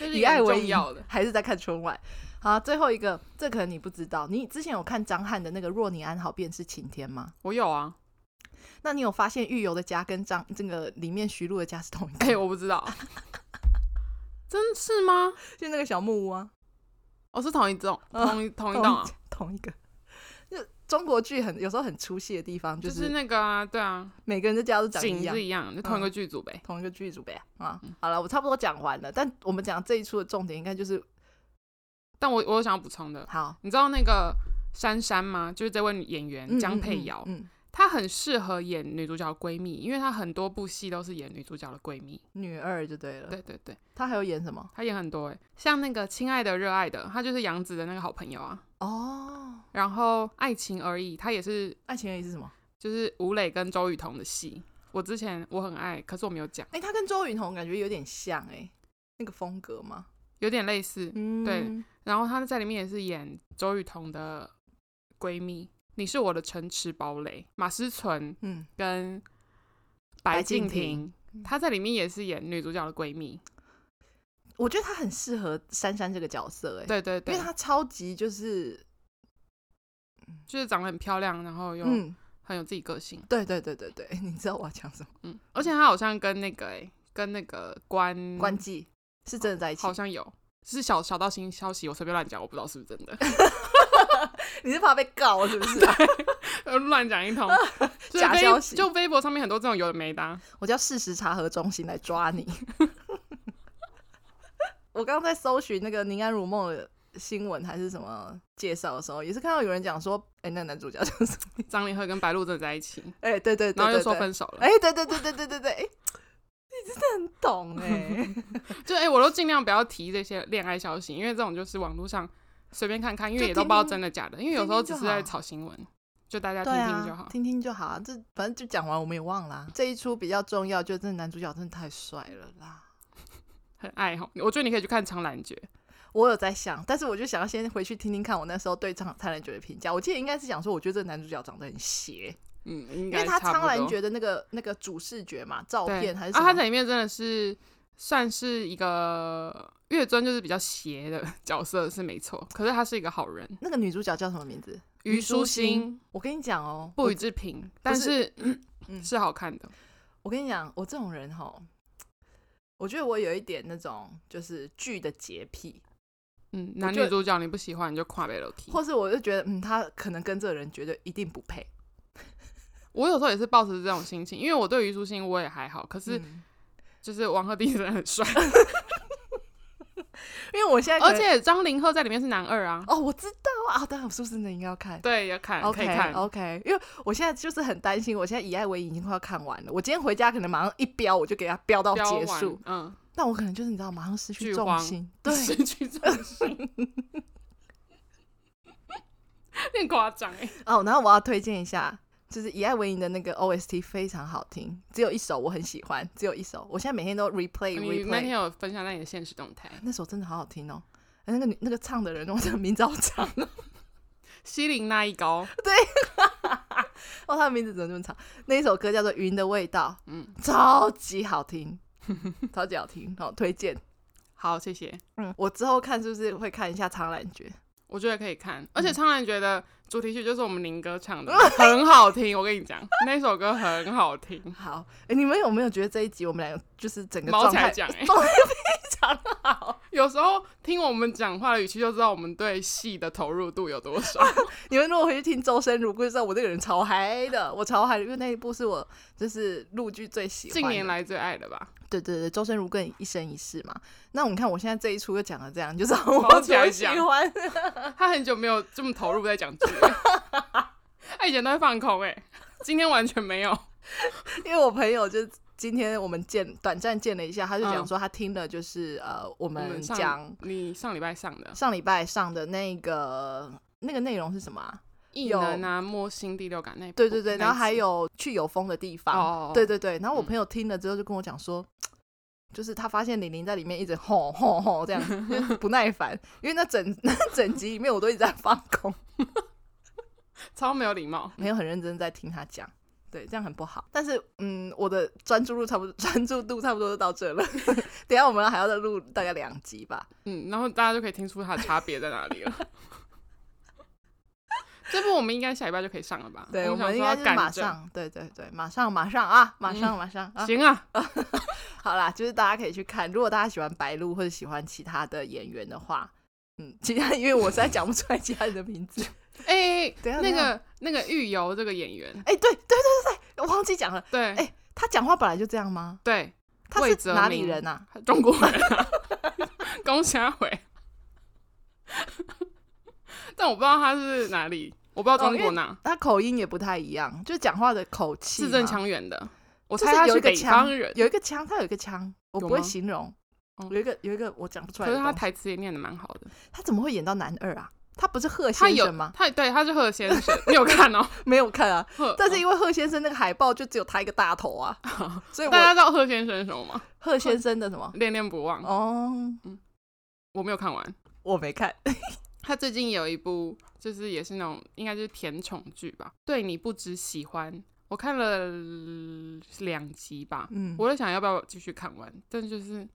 S1: 这是
S2: 以
S1: 一个
S2: 爱
S1: 很
S2: 为
S1: 重
S2: 营
S1: 要的，
S2: 还是在看春晚。好，最后一个，这可能你不知道，你之前有看张翰的那个《若你安好便是晴天》吗？
S1: 我有啊，
S2: 那你有发现狱友的家跟张这个里面徐璐的家是同一个
S1: 哎、
S2: 吗？
S1: 我不知道， 真是吗？
S2: 就那个小木屋啊。
S1: 我、是同一栋，
S2: 嗯
S1: 同一同一栋啊，
S2: 同一个。就中国剧很有时候很出戏的地方，
S1: 就
S2: 就是是
S1: 那个啊，对啊，
S2: 每个人的家都长
S1: 景嗯
S2: 一样嗯
S1: 是，一样，就同一个剧组呗。
S2: 同一个剧组呗。啊，好了，我差不多讲完了，但我们讲这一出的重点应该就是
S1: 但我我有想要补充的，
S2: 好
S1: 你知道那个珊珊吗？就是这位演员
S2: 嗯
S1: 江
S2: 嗯
S1: 佩
S2: 嗯
S1: 瑶，
S2: 嗯，
S1: 她很适合演女主角闺蜜，因为她很多部戏都是演女主角的闺蜜。
S2: 女二就对了。
S1: 对对对，
S2: 她还有演什么？
S1: 她演很多哎、像那个《亲爱的热爱的》，她就是杨紫的那个好朋友啊。
S2: 哦，
S1: 然后《爱情而已》，她也是
S2: 爱情而已是什么？
S1: 就是吴磊跟周雨彤的戏。我之前我很爱，可是我没有讲，
S2: 哎，她跟周云彤感觉有点像哎，那个风格吗？
S1: 有点类似。
S2: 嗯，
S1: 对。然后她在里面也是演周雨彤的闺蜜，你是我的城池堡垒，马思纯
S2: 嗯，
S1: 跟白敬
S2: 白敬
S1: 亭，她在里面也是演女主角的闺蜜。
S2: 我觉得她很适合珊珊这个角色哎，
S1: 对对
S2: 因
S1: 对
S2: 为，她超级就是
S1: 就是长得很漂亮，然后又
S2: 嗯，
S1: 很有自己个性。
S2: 对对对对对，你知道我要讲什么？
S1: 嗯，而且他好像跟那个哎、跟那个关
S2: 关机是真的在一起
S1: 嗯好，像有，是小小道新消息，我随便乱讲，我不知道是不是真的，
S2: 你是怕被告是不 是啊、
S1: 乱讲一通，就是
S2: 假
S1: 微
S2: 消息
S1: 就微博上面很多这种有的没的啊、
S2: 我叫事实查核中心来抓你。 我刚刚在搜寻那个宁安如梦的新闻还是什么介绍的时候，也是看到有人讲说，哎、那男主角就是，
S1: 张凌赫跟白鹿真的在一起，
S2: 哎、对对对
S1: 然后又
S2: 对
S1: 说
S2: 对，
S1: 分手了。
S2: 哎、对对对对对对对，哎、你真的很懂哎、
S1: 就哎、我都尽量不要提这些恋爱消息，因为这种就是网络上随便看看，因为
S2: 就
S1: 也都
S2: 听
S1: 不知道
S2: 听
S1: 真的假的，因为有
S2: 听
S1: 时候
S2: 听
S1: 只
S2: 就是
S1: 在
S2: 好
S1: 炒新闻，就大家听
S2: 对
S1: 听就
S2: 啊
S1: 好，。
S2: 听听就好啊，这反正就讲完我们也忘了啊、这一出比较重要，就是这男主角真的太帅了啦。
S1: 很爱吼，我觉得你可以去看《长兰诀》，
S2: 我有在想，但是我就想要先回去听听看我那时候对苍苍兰诀的评价。我记得应该是讲说，我觉得这男主角长得很邪，
S1: 嗯，应
S2: 因
S1: 该
S2: 为他
S1: 差
S2: 苍
S1: 不
S2: 兰
S1: 多
S2: 诀的那个那个主视觉嘛，照
S1: 对
S2: 片还是
S1: 啊，
S2: 什
S1: 他
S2: 么
S1: 在里面真的是算是一个月尊，就是比较邪的 角色是没错，可是他是一个好人，
S2: 那个女主角叫什么名字？虞
S1: 虞
S2: 书
S1: 书
S2: 欣
S1: 欣
S2: 我跟你讲哦，
S1: 不
S2: 我
S1: 予置评，但
S2: 不
S1: 是
S2: 嗯
S1: 是好看的，
S2: 我跟你讲，我这种人哈，我觉得我有一点那种就是剧的洁癖，
S1: 嗯，男
S2: 觉
S1: 女
S2: 得
S1: 主角你不喜欢你就跨北楼梯。
S2: 或是我就觉得嗯，他可能跟这个人绝对一定不配。
S1: 我有时候也是抱持这种心情，因为我对虞书欣我也还好，可是
S2: 嗯
S1: 就是王鹤棣真 的很帅，
S2: 因为我现在
S1: 而
S2: 觉得
S1: 且张凌赫在里面是男二啊，
S2: 哦，我知道啊，当然我是不是真的应该要看？
S1: 对，要看可以
S2: OK 哦
S1: 看。
S2: OK，因为我现在就是很担心，我现在以爱为引已经快要看完了，我今天回家可能马上一飙，我就给它飙到
S1: 标
S2: 哦结
S1: 完
S2: 束，，
S1: 嗯，
S2: 那我可能就是你知道，马上失去
S1: 剧
S2: 重
S1: 荒
S2: 心，对
S1: 失去重心， 有点夸张哎。
S2: 哦。然后我要推荐一下，就是以爱为引的那个 OST 非常好听，只有一首我很喜欢，只有一首，我现在每天都 replay
S1: 哦你那天
S2: replay，
S1: 有分享在你的现实动态，
S2: 那首真的好好听哦。哎那个女那个唱的人，我真的名字好长哦，
S1: 西林那一高，
S2: 哦，她的名字怎么这么长？那一首歌叫做《云的味道》，
S1: 嗯，
S2: 超级好听，超级好听，好、推荐。
S1: 好，谢谢。
S2: 嗯，我之后看是不是会看一下《苍兰诀》？
S1: 我觉得可以看，而
S2: 嗯
S1: 且《苍兰诀》的主题曲就是我们林哥唱的，很好听。我跟你讲，那首歌很好听，
S2: 好，诶你们有没有觉得这一集我们两个就是整个
S1: 毛
S2: 状
S1: 起来
S2: 态
S1: 讲哎、
S2: 状态非常好？
S1: 有时候听我们讲话的语气，就知道我们对戏的投入度有多少。
S2: 你们如果回去听《周生如故事》，就知道我这个人超嗨的，我超嗨的，因为那一部是我就是陆剧最喜欢的。
S1: 近年来最爱的 吧，
S2: 对对对，周生如跟一生一世嘛。那我们看我现在这一出又讲了这样，你就知道我
S1: 毛起来
S2: 多喜
S1: 讲
S2: 欢。嗯
S1: 他很久没有这么投入在讲剧了，他以前都会放空哎、今天完全没有。
S2: 因为我朋友就今天我们见短暂见了一下，他就讲
S1: 嗯
S2: 说他听了就是、呃 我
S1: 我
S2: 们
S1: 们上嗯
S2: 讲
S1: 你上礼拜上的
S2: 上礼拜上的那个那个内容是什么、啊？
S1: 异
S2: 有
S1: 能啊、摸心第六感那一部
S2: 对对对，
S1: 那一
S2: 然后还
S1: 集
S2: 有去有风的地
S1: 哦
S2: 方。
S1: 哦，哦
S2: 对对对，然后我
S1: 嗯
S2: 朋友听了之后就跟我讲说，就是他发现玲玲在里面一直吼吼吼这样， 就是不耐烦，因为那整 那整集里面我都一直在放空，
S1: 超没有礼貌。
S2: 没有很认真在听他讲。对，这样很不好。但是，嗯，我的专注度差不多， 专注度差不多就到这了。 等一下我们还要再录大概两集吧。
S1: 嗯，然后大家就可以听出它的差别在哪里了。 这部我们应该下礼拜就可以上了吧？
S2: 对，我
S1: 哦想
S2: 们
S1: 说
S2: 应该
S1: 要
S2: 就是
S1: 赶
S2: 马
S1: 着。嗯
S2: 上，对对对，马上马上啊，马上马上啊。
S1: 行啊，
S2: 好啦，就是大家可以去看。如果大家喜欢白鹿或者喜欢其他的演员的话，嗯，其他因为我实在讲不出来其他人的名字。
S1: 哎、
S2: 等一下
S1: 那
S2: 等一
S1: 个那个玉游这个演员，
S2: 哎、对对对对对，我忘记讲了，
S1: 对、
S2: 哎他讲话本来就这样吗？
S1: 对，
S2: 他
S1: 魏
S2: 是
S1: 哲
S2: 哪里
S1: 鸣
S2: 人啊？
S1: 中国人、啊， 恭喜他回。 但我不知道他是哪里，我
S2: 哦
S1: 不知道中国哪，
S2: 他口音也不太一样，就讲话的口气嘛。
S1: 字正腔圆的。我
S2: 就
S1: 猜
S2: 是
S1: 他
S2: 有一
S1: 是
S2: 个
S1: 北
S2: 腔
S1: 方人，
S2: 有一个腔，他有一个腔，我不
S1: 有
S2: 会
S1: 吗
S2: 形容。
S1: 哦
S2: 有一个有一个我讲不出
S1: 可
S2: 来的
S1: 是他
S2: 东西。
S1: 台词也念的蛮好的。
S2: 他怎么会演到男二啊？他不是贺
S1: 他
S2: 先
S1: 有
S2: 生吗？
S1: 他对他是贺先生，你有看哦？
S2: 没有看啊，
S1: 贺
S2: 但是因为贺先生那个海报就只有他一个大头啊，所以
S1: 大家
S2: 我
S1: 知道贺先生是什么吗？
S2: 贺先生的什么？
S1: 恋恋不忘，
S2: 哦，
S1: 我没有看完。
S2: 我没看。
S1: 他最近有一部，就是也是那种应该就是甜宠剧吧，对你不只喜欢。我看了两集吧，
S2: 嗯，
S1: 我在想要不要继续看完，但就是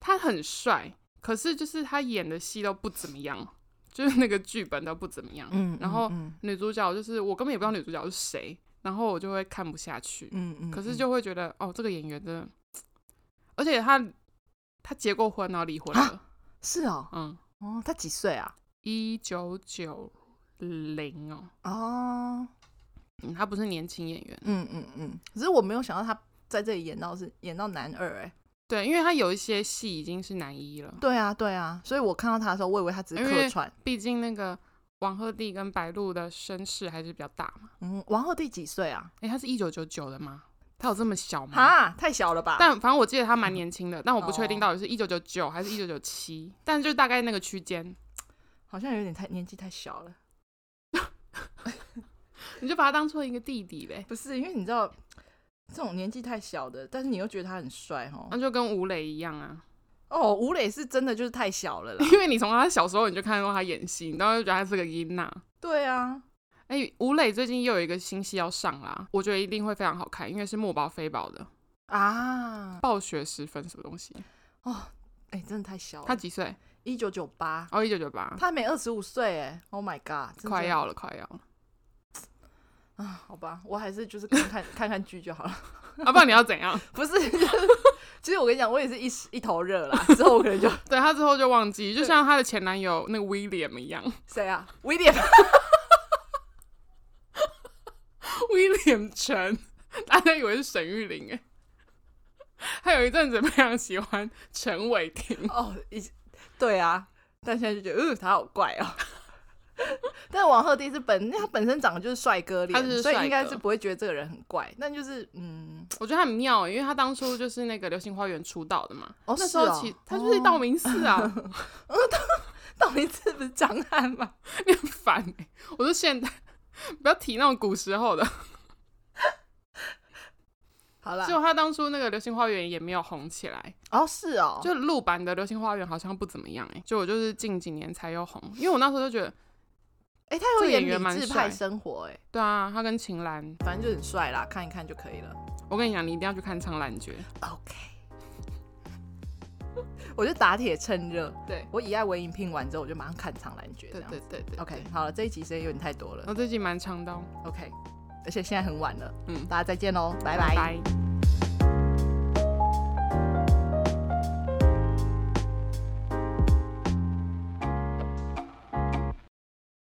S1: 他很帅，可是就是他演的戏都不怎么样，就是那个剧本都不怎么样。
S2: 嗯，
S1: 然后
S2: 嗯嗯
S1: 女主角就是我根本也不知道女主角是谁，然后我就会看不下去。
S2: 嗯嗯，
S1: 可是
S2: 嗯
S1: 就会觉得哦，这个演员真的，而且他他结过婚，然后离婚了，
S2: 是哦，
S1: 嗯，
S2: 哦，他几岁啊？
S1: 一九九零哦、
S2: 哦，
S1: 嗯，他不是年轻演员，
S2: 嗯嗯嗯，可是我没有想到他在这里演到是演到男二哎、
S1: 对，因为他有一些戏已经是男一了，
S2: 对啊对啊，所以我看到他的时候，我以为他只是
S1: 因
S2: 客
S1: 为
S2: 串。
S1: 毕竟那个王鹤棣跟白鹿的身世还是比较大嘛。
S2: 嗯，王鹤棣几岁啊？
S1: 诶，他是一九九九的吗？他有这么小吗？
S2: 哈，太小了吧？
S1: 嗯但反正我记得他蛮年轻的，但我不确定
S2: 哦
S1: 到底是一九九九还是一九九七，但就大概那个区间，
S2: 好像有点太年纪太小了。
S1: 你就把他当做一个弟弟呗。
S2: 不是，因为你知道这种年纪太小的，但是你又觉得他很帅哦
S1: 那。就跟吴磊一样啊，
S2: 哦，吴磊是真的就是太小了
S1: 。
S2: 啦
S1: 因为你从他小时候你就看到他演戏，你当时就觉得他是个音呐。
S2: 对啊，
S1: 哎、吴磊最近又有一个新戏要上啦，我觉得一定会非常好看，因为是墨宝非宝的
S2: 啊，
S1: 暴雪时分什么东西？
S2: 哎、真的太小
S1: 他
S2: 了。
S1: 几岁？
S2: 一九九八，
S1: 哦，一九九八，
S2: 他还没二十五岁哎。Oh my god，真的
S1: 快要了，快要了。
S2: 啊！好吧，我还是就是看看 看看剧就好了。
S1: 啊，不然你要怎 样？
S2: 不是，其实我跟你讲，我也是一时一头热 啦。之后我可能就
S1: 对他之后就忘记，就像他的前男友那个 William 一样
S2: 谁啊，William，
S1: ，William 陈，大家以为是沈玉琳哎。 他有一阵子非常喜欢陈伟霆，
S2: 哦，以对啊，但现在就觉得，嗯、他好怪哦。 但王鹤棣是本，因为他本身长得就是帅哥
S1: 他就是
S2: 脸，所以
S1: 帅
S2: 应该
S1: 哥
S2: 是不会觉得这个人很怪。但就是，嗯，
S1: 我觉得他很妙，因为他当初就是那个《流星花园》出道的嘛。
S2: 哦
S1: 那
S2: 是
S1: 时
S2: 哦
S1: 候其、他就是道明寺啊，
S2: 到底是不是张翰嘛？
S1: 你很烦、欸。我说现代，不要提那种古时候的。
S2: 好啦
S1: 结，果他当初那个《流星花园》也没有红起来，
S2: 哦是哦，
S1: 就陆版的《流星花园》好像不怎么样哎、欸。就我就是近几年才又红，因为我那时候就觉得，
S2: 哎、他
S1: 这
S2: 有
S1: 个
S2: 演
S1: 演员
S2: 理
S1: 蛮
S2: 智派
S1: 帅
S2: 生活、哎，
S1: 对啊，他跟秦岚，
S2: 反正就很帅啦，看一看就可以了。
S1: 我跟你讲，你一定要去看《苍兰诀》。
S2: OK，我就打铁趁热，
S1: 对，
S2: 我以爱为营拼完之后，我就马上看《长兰诀》
S1: 对
S2: 这样。
S1: 对对对。嗯
S2: OK，好了，这一集时间有点太多了
S1: 我。最近蛮长的哦，
S2: OK，而且现在很晚了，
S1: 嗯
S2: 大家再见喽，拜
S1: 拜
S2: 拜
S1: 拜